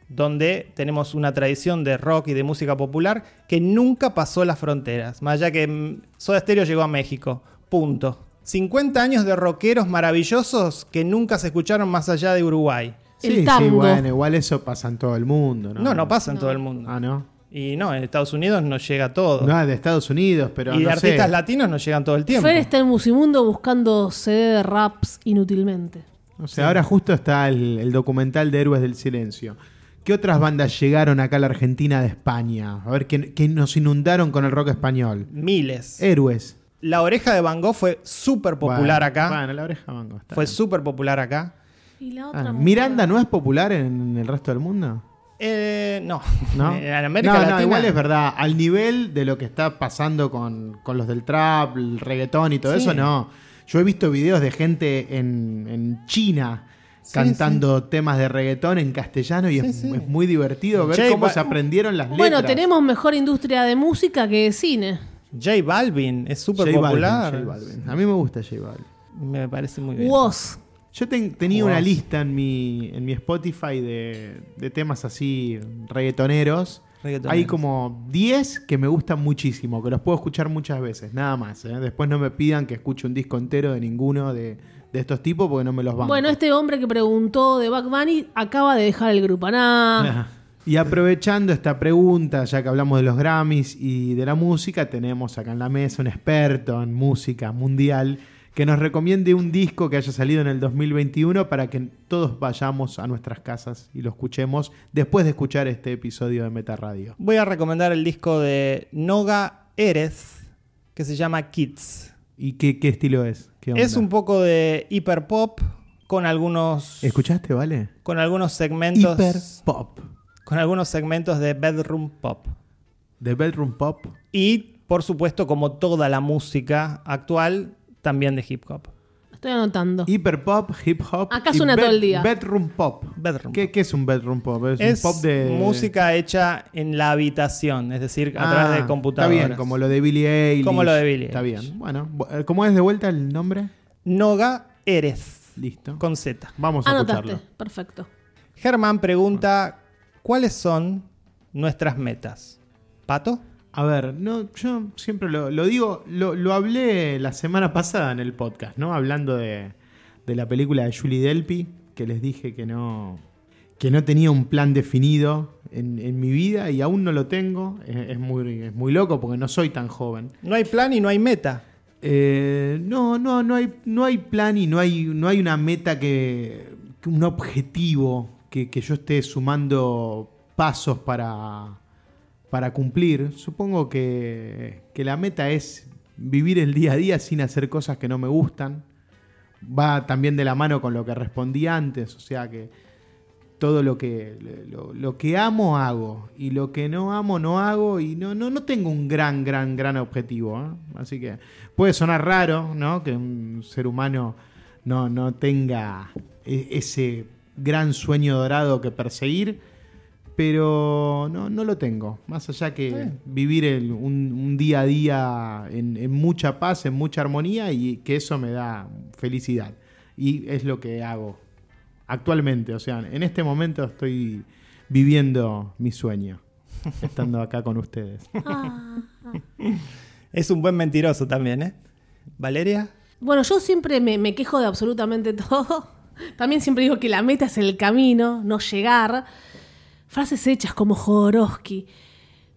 Speaker 3: donde tenemos una tradición de rock y de música popular que nunca pasó las fronteras. Más allá que mm, Soda Stereo llegó a México. Punto. 50 años de rockeros maravillosos que nunca se escucharon más allá de Uruguay.
Speaker 2: El
Speaker 4: sí, sí,
Speaker 2: tango.
Speaker 4: bueno, igual eso pasa en todo el mundo, ¿no?
Speaker 3: No, no pasa en todo el mundo.
Speaker 4: Ah, no.
Speaker 3: Y no, en Estados Unidos no llega todo.
Speaker 4: No, es de Estados Unidos, pero
Speaker 3: y de
Speaker 4: no sé.
Speaker 3: artistas latinos no llegan todo el tiempo.
Speaker 2: Fer está en Musimundo buscando CD de raps inútilmente.
Speaker 4: O sea, ahora justo está el, el documental de Héroes del Silencio. ¿Qué otras bandas llegaron acá a la Argentina de España? A ver, que, que nos inundaron con el rock español.
Speaker 3: Miles.
Speaker 4: Héroes.
Speaker 3: La oreja de Van Gogh fue súper popular
Speaker 4: Eh. Bueno,
Speaker 3: acá.
Speaker 4: Bueno, la oreja Van Gogh, está
Speaker 3: fue
Speaker 4: bien.
Speaker 3: súper popular acá.
Speaker 2: Y la otra
Speaker 4: Ah,
Speaker 2: mujer.
Speaker 4: ¿Miranda no es popular en el resto del mundo?
Speaker 3: Eh, no.
Speaker 4: ¿No?
Speaker 3: En América
Speaker 4: no, no,
Speaker 3: Latina.
Speaker 4: igual es verdad. Al nivel de lo que está pasando con, con los del trap, el reggaetón y todo
Speaker 3: Sí.
Speaker 4: eso, no. Yo he visto videos de gente en, en China cantando temas de reggaetón en castellano y es,
Speaker 3: sí.
Speaker 4: es muy divertido ver
Speaker 3: J
Speaker 4: cómo
Speaker 3: Ba-
Speaker 4: se aprendieron las letras.
Speaker 2: Bueno, tenemos mejor industria de música que de cine.
Speaker 3: J Balvin es
Speaker 4: J
Speaker 3: súper
Speaker 4: Balvin,
Speaker 3: popular.
Speaker 4: J Balvin. ah. A mí me gusta J Balvin.
Speaker 3: Me parece muy bien.
Speaker 2: Woz.
Speaker 4: Yo ten- tenía
Speaker 3: Wow.
Speaker 4: una lista en mi, en mi Spotify de, de temas así reggaetoneros.
Speaker 3: Reggaetoneros.
Speaker 4: Hay como 10 que me gustan muchísimo, que los puedo escuchar muchas veces, nada más. ¿eh? Después no me pidan que escuche un disco entero de ninguno de, de estos tipos porque no me los van.
Speaker 2: Bueno, este hombre que preguntó de Back Bunny acaba de dejar el grupo. Nah.
Speaker 4: Y aprovechando esta pregunta, ya que hablamos de los Grammys y de la música, tenemos acá en la mesa un experto en música mundial que nos recomiende un disco que haya salido en el 2021 para que todos vayamos a nuestras casas y lo escuchemos después de escuchar este episodio de Meta Radio.
Speaker 3: Voy a recomendar el disco de Noga Erez que se llama Kids.
Speaker 4: ¿Y qué, qué estilo es? ¿Qué onda?
Speaker 3: Es un poco de hiper pop con algunos
Speaker 4: ¿Escuchaste, vale?
Speaker 3: con algunos segmentos
Speaker 4: Hiper pop.
Speaker 3: con algunos segmentos de bedroom pop.
Speaker 4: The Bedroom Pop.
Speaker 3: Y, por supuesto, como toda la música actual, también de hip hop.
Speaker 2: Estoy anotando.
Speaker 4: Hiper pop, hip hop.
Speaker 2: Acá
Speaker 4: y
Speaker 2: suena
Speaker 4: bed-
Speaker 2: todo el día.
Speaker 4: Bedroom pop.
Speaker 3: Bedroom
Speaker 4: ¿Qué, qué es un bedroom pop? Es,
Speaker 3: Es
Speaker 4: un pop de
Speaker 3: música hecha en la habitación, es decir, a
Speaker 4: Ah,
Speaker 3: través de computadoras.
Speaker 4: Está bien, como lo de Billie Eilish.
Speaker 3: Como lo de Billie
Speaker 4: Está
Speaker 3: Eilish.
Speaker 4: bien. Bueno, bu- eh, ¿cómo es de vuelta el nombre?
Speaker 3: Noga Eres,
Speaker 4: Listo.
Speaker 3: con Z.
Speaker 4: Vamos a
Speaker 2: Anotaste.
Speaker 4: escucharlo.
Speaker 2: Perfecto.
Speaker 3: Germán pregunta, ¿cuáles son nuestras metas? ¿Pato?
Speaker 4: A ver, no, yo siempre lo, lo digo, lo, lo hablé la semana pasada en el podcast, ¿no? Hablando de, de la película de Julie Delpy, que les dije que no, que no tenía un plan definido en, en mi vida y aún no lo tengo. Es, es muy, es muy loco porque no soy tan joven.
Speaker 3: No hay plan y no hay meta.
Speaker 4: Eh, no, no, no hay, no hay plan y no hay, no hay una meta que, que un objetivo que, que yo esté sumando pasos para, para cumplir. Supongo que, que la meta es vivir el día a día sin hacer cosas que no me gustan. Va también de la mano con lo que respondí antes, o sea que todo lo que, lo, lo que amo hago y lo que no amo no hago y no, no, no tengo un gran, gran, gran objetivo. ¿eh? Así que puede sonar raro ¿no? que un ser humano no, no tenga e- ese gran sueño dorado que perseguir, pero no, no lo tengo. Más allá que vivir el- un, un día a día en, en mucha paz, en mucha armonía y que eso me da felicidad. Y es lo que hago actualmente. O sea, en este momento estoy viviendo mi sueño, estando acá con ustedes.
Speaker 3: Es un buen mentiroso también, ¿eh? Valeria.
Speaker 2: Bueno, yo siempre me, me quejo de absolutamente todo. También siempre digo que la meta es el camino, no llegar. Frases hechas como Jodorowsky.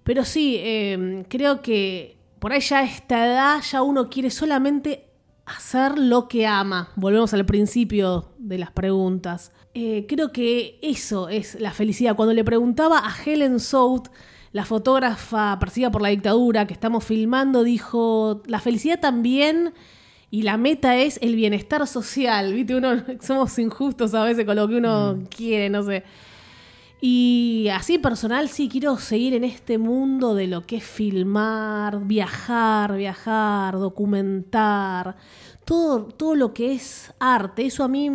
Speaker 2: Pero sí, eh, creo que por ahí ya a esta edad ya uno quiere solamente hacer lo que ama. Volvemos al principio de las preguntas. Eh, creo que eso es la felicidad. Cuando le preguntaba a Helen South, la fotógrafa perseguida por la dictadura que estamos filmando, dijo, la felicidad también... Y la meta es el bienestar social, ¿viste? Uno, somos injustos a veces con lo que uno quiere, no sé. Y así personal sí quiero seguir en este mundo de lo que es filmar, viajar, viajar, documentar, todo, todo lo que es arte. Eso a mí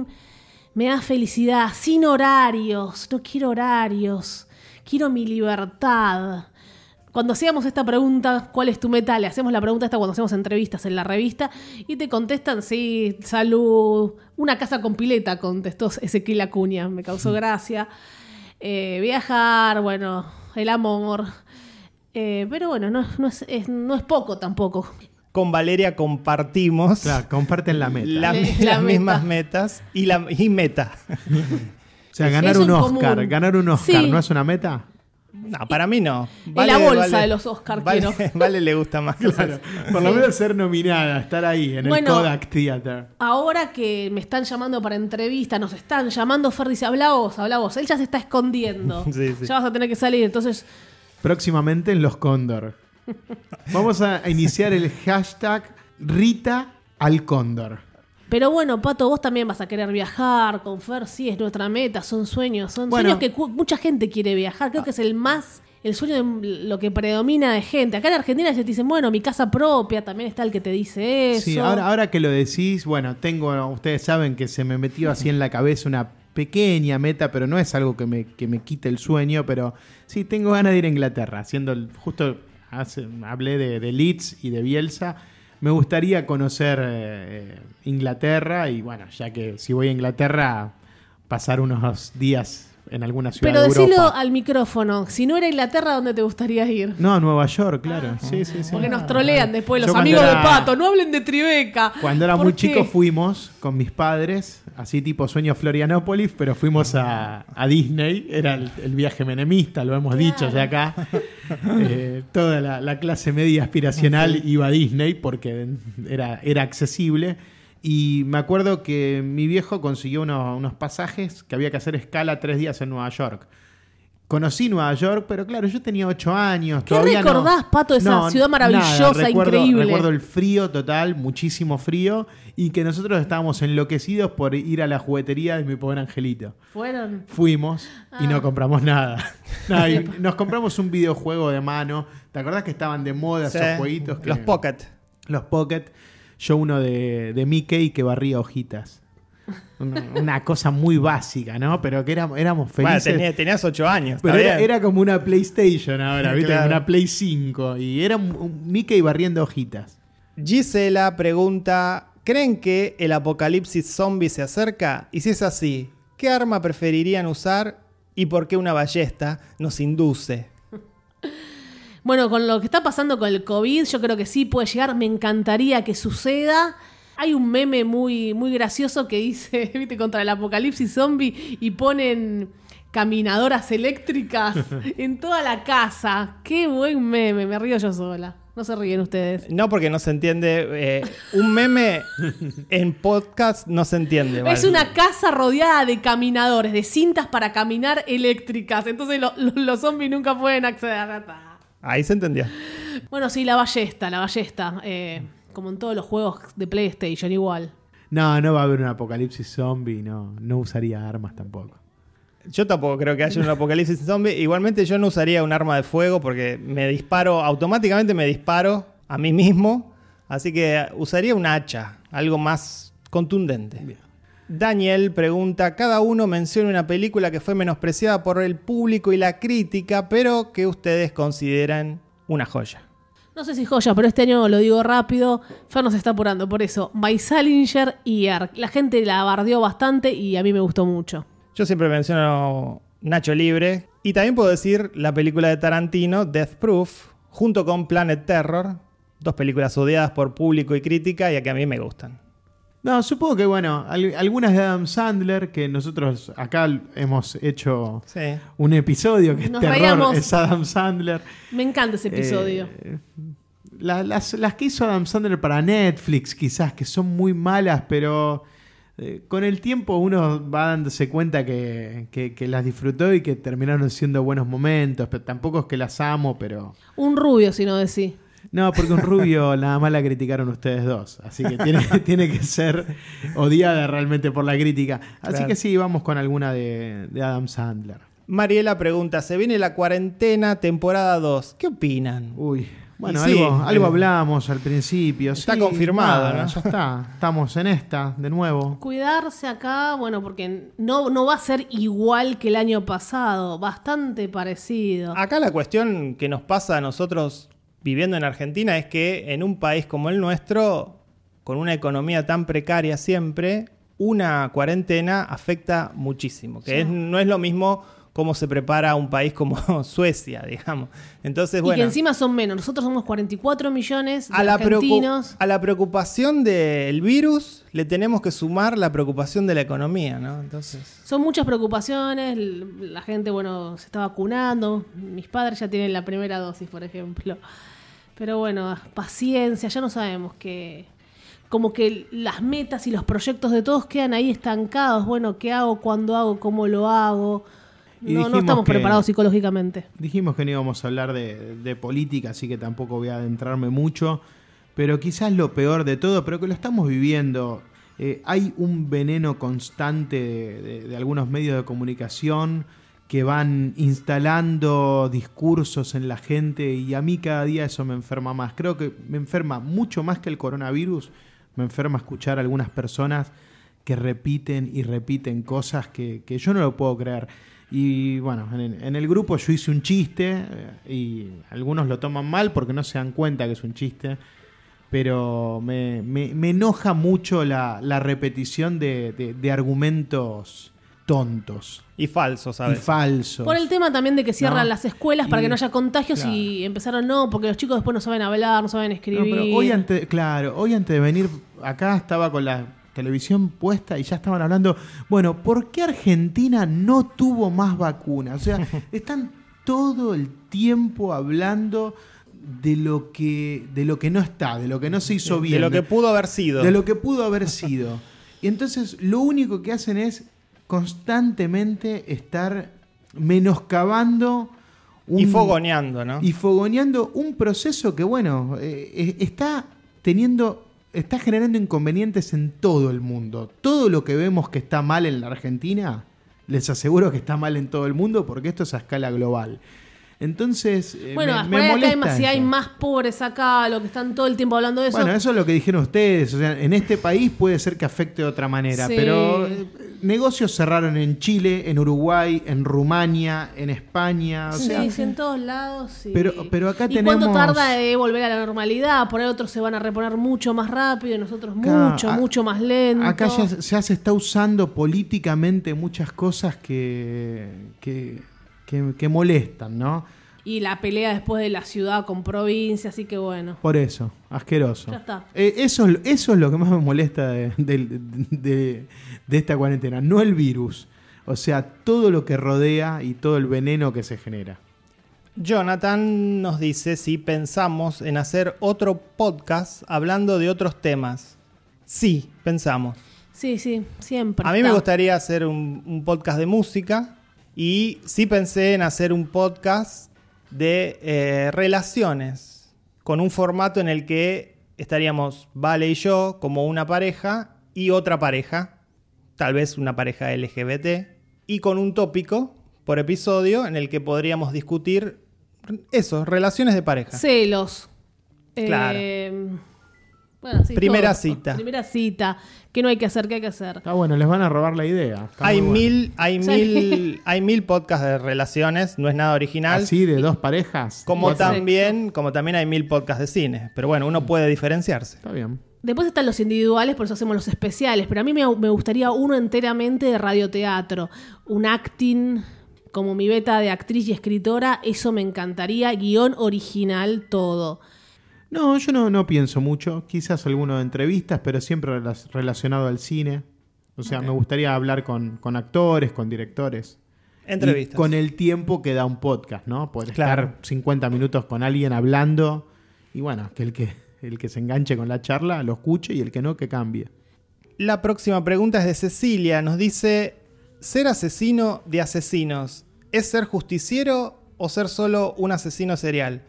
Speaker 2: me da felicidad, sin horarios, no quiero horarios, quiero mi libertad. Cuando hacíamos esta pregunta, ¿cuál es tu meta? Le hacemos la pregunta esta cuando hacemos entrevistas en la revista y te contestan, sí, salud, una casa con pileta, contestó Ezequiel Acuña, me causó gracia. Eh, viajar, bueno, el amor. Eh, pero bueno, no, no es, es- no es poco tampoco.
Speaker 3: Con Valeria compartimos
Speaker 4: Claro, comparten la meta.
Speaker 3: la-
Speaker 2: Le-
Speaker 3: las
Speaker 2: la meta.
Speaker 3: mismas metas y, la, y meta.
Speaker 4: o sea, ganar
Speaker 2: Eso
Speaker 4: un
Speaker 2: en
Speaker 4: Oscar,
Speaker 2: común.
Speaker 4: ganar un Oscar,
Speaker 2: Sí.
Speaker 4: ¿no es una meta?
Speaker 3: No, para mí no.
Speaker 2: la bolsa de los Oscar
Speaker 3: vale,
Speaker 2: quiero.
Speaker 3: Vale le gusta más.
Speaker 4: Claro. Por lo
Speaker 2: Sí.
Speaker 4: menos ser nominada, estar ahí en
Speaker 2: Bueno.
Speaker 4: el Kodak Theater.
Speaker 2: Ahora que me están llamando para entrevistas, nos están llamando, Ferri dice, habla vos, habla vos. Él ya se está escondiendo.
Speaker 3: Sí, sí.
Speaker 2: Ya vas a tener que salir. Entonces,
Speaker 4: Próximamente en Los Cóndor. Vamos a iniciar el hashtag Rita al Cóndor.
Speaker 2: pero bueno, Pato, vos también vas a querer viajar con Fer, sí, es nuestra meta, son sueños, son
Speaker 4: Bueno. Ah.
Speaker 2: sueños que cu- mucha gente quiere viajar. Creo que es el más, el sueño de lo que predomina de gente. Acá en Argentina ya te dicen, bueno, mi casa propia, también está el que te dice eso.
Speaker 4: Sí, ahora, ahora que lo decís, bueno, tengo, ustedes saben que se me metió así en la cabeza una pequeña meta, pero no es algo que me, que me quite el sueño, pero sí, tengo ganas de ir a Inglaterra, haciendo, el- justo hace- hablé de, de Leeds y de Bielsa, me gustaría conocer eh, Inglaterra y bueno, ya que si voy a Inglaterra, pasar unos días en alguna ciudad
Speaker 2: Pero
Speaker 4: de
Speaker 2: decilo
Speaker 4: Europa.
Speaker 2: al micrófono. Si no era Inglaterra, ¿dónde te gustaría ir?
Speaker 4: No, a Nueva York, claro.
Speaker 2: Ah.
Speaker 4: sí, sí, sí.
Speaker 2: Porque nos trolean después
Speaker 4: Ah. Yo
Speaker 2: los
Speaker 4: cuando
Speaker 2: amigos de
Speaker 4: era-
Speaker 2: Pato. No hablen de Tribeca.
Speaker 4: Cuando era
Speaker 2: ¿Por
Speaker 4: muy
Speaker 2: qué?
Speaker 4: chico fuimos con mis padres, así tipo sueño Florianópolis, pero fuimos a, a Disney, era el, el viaje menemista, lo hemos dicho ya acá. Eh, toda la, la clase media aspiracional iba a Disney porque era, era accesible. Y me acuerdo que mi viejo consiguió unos, unos pasajes que había que hacer escala tres días en Nueva York. Conocí Nueva York, pero claro, yo tenía ocho años.
Speaker 2: ¿Qué
Speaker 4: todavía no-
Speaker 2: recordás, Pato, de esa ciudad maravillosa,
Speaker 4: recuerdo-
Speaker 2: increíble?
Speaker 4: Recuerdo el frío total, muchísimo frío, y que nosotros estábamos enloquecidos por ir a la juguetería de mi pobre angelito.
Speaker 2: Fueron.
Speaker 4: Fuimos y
Speaker 2: Ah.
Speaker 4: no compramos nada. No, y
Speaker 2: Epa.
Speaker 4: nos compramos un videojuego de mano. ¿Te acordás que estaban de moda esos jueguitos? que-
Speaker 3: Los pocket.
Speaker 4: Los Pocket. Yo uno de, de Mickey que barría hojitas. Una, una cosa muy básica, ¿no? Pero que éramos, éramos
Speaker 3: Bueno,
Speaker 4: felices.
Speaker 3: tenía- tenías ocho años.
Speaker 4: Pero
Speaker 3: está
Speaker 4: era,
Speaker 3: bien.
Speaker 4: era como una PlayStation ahora, ¿viste?
Speaker 3: Claro.
Speaker 4: Una Play 5. Y era un, un Mickey barriendo hojitas.
Speaker 3: Gisela pregunta: ¿Creen que el apocalipsis zombie se acerca? Y si es así, ¿qué arma preferirían usar y por qué una ballesta nos induce?
Speaker 2: Bueno, con lo que está pasando con el COVID, yo creo que sí puede llegar. Me encantaría que suceda. Hay un meme muy, muy gracioso que dice, viste, contra el apocalipsis zombie y ponen caminadoras eléctricas en toda la casa. Qué buen meme, me río yo sola. No se ríen ustedes.
Speaker 3: No, porque no se entiende. eh, un meme en podcast no se entiende.
Speaker 2: Es
Speaker 3: Vale.
Speaker 2: una casa rodeada de caminadores, de cintas para caminar eléctricas. Entonces lo- lo- los zombies nunca pueden acceder. Ah.
Speaker 3: Ahí se entendió.
Speaker 2: Bueno, sí, la ballesta, la ballesta. eh, como en todos los juegos de PlayStation, igual.
Speaker 4: No, no va a haber un apocalipsis zombie, no. No usaría armas tampoco.
Speaker 3: Yo tampoco creo que haya un apocalipsis zombie. Igualmente yo no usaría un arma de fuego porque me disparo, automáticamente me disparo a mí mismo. Así que usaría un hacha, algo más contundente. Daniel pregunta, cada uno menciona una película que fue menospreciada por el público y la crítica, pero que ustedes consideran una joya.
Speaker 2: No sé si joya, pero este año lo digo rápido. Fer nos está apurando, por eso. My Salinger y Ark. La gente la bardeó bastante y a mí me gustó mucho.
Speaker 3: Yo siempre menciono Nacho Libre. Y también puedo decir la película de Tarantino, Death Proof, junto con Planet Terror. Dos películas odiadas por público y crítica y a que a mí me gustan.
Speaker 4: No, supongo que, bueno, al- algunas de Adam Sandler, que nosotros acá hemos hecho
Speaker 3: Sí.
Speaker 4: un episodio que es
Speaker 2: Nos
Speaker 4: terror,
Speaker 2: reíamos.
Speaker 4: es Adam Sandler.
Speaker 2: Me encanta ese este episodio.
Speaker 4: Eh, la- las, las que hizo Adam Sandler para Netflix, quizás, que son muy malas, pero eh, con el tiempo uno va dándose cuenta que, que- que las disfrutó y que terminaron siendo buenos momentos. Pero tampoco es que las amo, pero.
Speaker 2: Un rubio, si no decís.
Speaker 4: No, porque un rubio nada más la criticaron ustedes dos. Así que tiene, tiene que ser odiada realmente por la crítica. Así
Speaker 3: Claro.
Speaker 4: que sí, vamos con alguna de, de Adam Sandler.
Speaker 3: Mariela pregunta, se viene la cuarentena temporada 2. ¿Qué opinan?
Speaker 4: Uy. Bueno,
Speaker 3: Y sí,
Speaker 4: algo, algo
Speaker 3: eh,
Speaker 4: hablamos al principio.
Speaker 3: está
Speaker 4: sí,
Speaker 3: confirmado,
Speaker 4: nada,
Speaker 3: ¿no?
Speaker 4: Ya está. Estamos en esta, de nuevo.
Speaker 2: Cuidarse acá, bueno, porque no, no va a ser igual que el año pasado, bastante parecido.
Speaker 3: Acá la cuestión que nos pasa a nosotros viviendo en Argentina es que en un país como el nuestro, con una economía tan precaria siempre, una cuarentena afecta muchísimo, que es- no es lo mismo cómo se prepara un país como Suecia, digamos. Entonces,
Speaker 2: y que
Speaker 3: bueno,
Speaker 2: encima son menos. Nosotros somos 44 millones de
Speaker 3: a la, preocu-
Speaker 2: argentinos.
Speaker 3: a la preocupación del virus le tenemos que sumar la preocupación de la economía, ¿no? Entonces,
Speaker 2: Son muchas preocupaciones, l- la gente, bueno, se está vacunando, mis padres ya tienen la primera dosis, por ejemplo. Pero bueno, paciencia, ya no sabemos que como que las metas y los proyectos de todos quedan ahí estancados, bueno, ¿qué hago? ¿Cuándo hago? ¿Cómo lo hago?
Speaker 4: Y
Speaker 2: No, no
Speaker 4: dijimos
Speaker 2: estamos
Speaker 4: que-
Speaker 2: preparados psicológicamente.
Speaker 4: Dijimos que no íbamos a hablar de, de política, así que tampoco voy a adentrarme mucho. Pero quizás lo peor de todo, pero que lo estamos viviendo. eh, hay un veneno constante de, de- de algunos medios de comunicación que van instalando discursos en la gente y a mí cada día eso me enferma más. Creo que me enferma mucho más que el coronavirus. Me enferma escuchar a algunas personas que repiten y repiten cosas que, que yo no lo puedo creer. Y bueno, en, en el grupo yo hice un chiste eh, y algunos lo toman mal porque no se dan cuenta que es un chiste, pero me, me- me enoja mucho la, la repetición de, de- de argumentos tontos
Speaker 3: y falso,
Speaker 4: y
Speaker 3: ¿sabes?
Speaker 4: falsos.
Speaker 2: Por el tema también de que cierran
Speaker 4: No.
Speaker 2: las escuelas para
Speaker 4: Y-
Speaker 2: que no haya contagios
Speaker 4: claro.
Speaker 2: y empezaron no, porque los chicos después no saben hablar, no saben
Speaker 4: No,
Speaker 2: escribir.
Speaker 4: pero hoy antes, claro, hoy antes de venir acá estaba con la televisión puesta y ya estaban hablando, bueno, ¿por qué Argentina no tuvo más vacunas? O sea, están todo el tiempo hablando de lo que de lo que no está, de lo que no se hizo bien,
Speaker 3: de lo que pudo haber sido.
Speaker 4: de lo que pudo haber sido. Y entonces lo único que hacen es constantemente estar menoscabando
Speaker 3: y
Speaker 4: un-
Speaker 3: fogoneando, ¿no?
Speaker 4: y fogoneando un proceso que, bueno, eh, eh, está teniendo, está generando inconvenientes en todo el mundo. Todo lo que vemos que está mal en la Argentina, les aseguro que está mal en todo el mundo porque esto es a escala global. Entonces, eh,
Speaker 2: Bueno,
Speaker 4: me, me
Speaker 2: por ahí acá hay
Speaker 4: molesta
Speaker 2: más, si
Speaker 4: eso.
Speaker 2: hay más pobres acá, lo que están todo el tiempo hablando de eso.
Speaker 4: Bueno, eso es lo que dijeron ustedes. O sea, en este país puede ser que afecte de otra manera,
Speaker 2: Sí.
Speaker 4: pero eh, negocios cerraron en Chile, en Uruguay, en Rumania, en España. O
Speaker 2: Sí,
Speaker 4: sea,
Speaker 2: sí, en todos lados. y-
Speaker 4: Pero- pero acá
Speaker 2: ¿Y ¿Cuánto
Speaker 4: tenemos-
Speaker 2: tarda de volver a la normalidad? Por ahí otros se van a reponer mucho más rápido, nosotros
Speaker 4: Claro,
Speaker 2: mucho,
Speaker 4: a-
Speaker 2: mucho más lento.
Speaker 4: Acá ya, ya se está usando políticamente muchas cosas que, que, que- que molestan, ¿no?
Speaker 2: Y la pelea después de la ciudad con provincia, así que bueno.
Speaker 4: Por eso, asqueroso.
Speaker 2: Ya está.
Speaker 4: Eh, eso, es- eso es lo que más me molesta de, del- de- de esta cuarentena, no el virus. O sea, todo lo que rodea y todo el veneno que se genera.
Speaker 3: Jonathan nos dice si pensamos en hacer otro podcast hablando de otros temas. Sí, pensamos.
Speaker 2: Sí, sí, siempre.
Speaker 3: A mí me
Speaker 2: está.
Speaker 3: gustaría hacer un, un podcast de música y sí pensé en hacer un podcast de eh, relaciones con un formato en el que estaríamos Vale y yo como una pareja y otra pareja, tal vez una pareja LGBT, y con un tópico por episodio en el que podríamos discutir eso, relaciones de pareja.
Speaker 2: Celos.
Speaker 3: Claro.
Speaker 2: Eh, bueno, sí,
Speaker 3: Primera
Speaker 2: todo.
Speaker 3: cita.
Speaker 2: Primera cita. ¿Qué no hay que hacer? ¿Qué hay que hacer?
Speaker 4: Está bueno, les van a robar la idea. Está
Speaker 3: Hay
Speaker 4: muy bueno.
Speaker 3: mil, hay
Speaker 2: Sí.
Speaker 3: mil, hay mil podcasts de relaciones, no es nada original.
Speaker 4: Así de dos parejas.
Speaker 3: Como
Speaker 4: Cuatro.
Speaker 2: Exacto.
Speaker 3: también, como también hay mil podcasts de cine. Pero bueno, uno puede diferenciarse.
Speaker 4: Está bien.
Speaker 2: Después están los individuales, por eso hacemos los especiales, pero a mí me, me gustaría uno enteramente de radioteatro, un acting como mi beta de actriz y escritora, eso me encantaría, guión original, todo.
Speaker 4: No, yo no, no pienso mucho. Quizás alguno de entrevistas, pero siempre rela- relacionado al cine. O sea, me gustaría hablar con, con actores, con directores.
Speaker 3: Entrevistas.
Speaker 4: Y con el tiempo que da un podcast, ¿no? Poder
Speaker 3: Claro.
Speaker 4: estar 50 minutos con alguien hablando. Y bueno, que el que, el que se enganche con la charla lo escuche y el que no, que cambie.
Speaker 3: La próxima pregunta es de Cecilia. Nos dice: ¿Ser asesino de asesinos es ser justiciero o ser solo un asesino serial?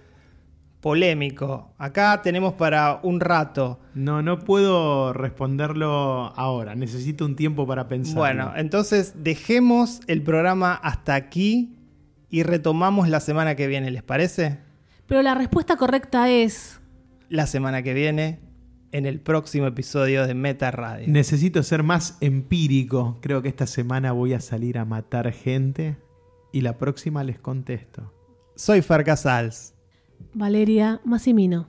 Speaker 3: Polémico. Acá tenemos para un rato.
Speaker 4: No, no puedo responderlo ahora. Necesito un tiempo para pensar.
Speaker 3: Bueno, entonces dejemos el programa hasta aquí y retomamos la semana que viene, ¿les parece?
Speaker 2: Pero la respuesta correcta es.
Speaker 3: La semana que viene, en el próximo episodio de Meta Radio.
Speaker 4: Necesito ser más empírico. Creo que esta semana voy a salir a matar gente y la próxima les contesto.
Speaker 3: Soy Farca Sals.
Speaker 2: Valeria Massimino.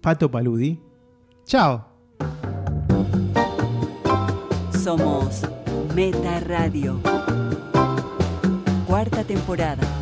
Speaker 4: Pato Paludi.
Speaker 3: Chao.
Speaker 1: Somos Meta Radio. Cuarta temporada.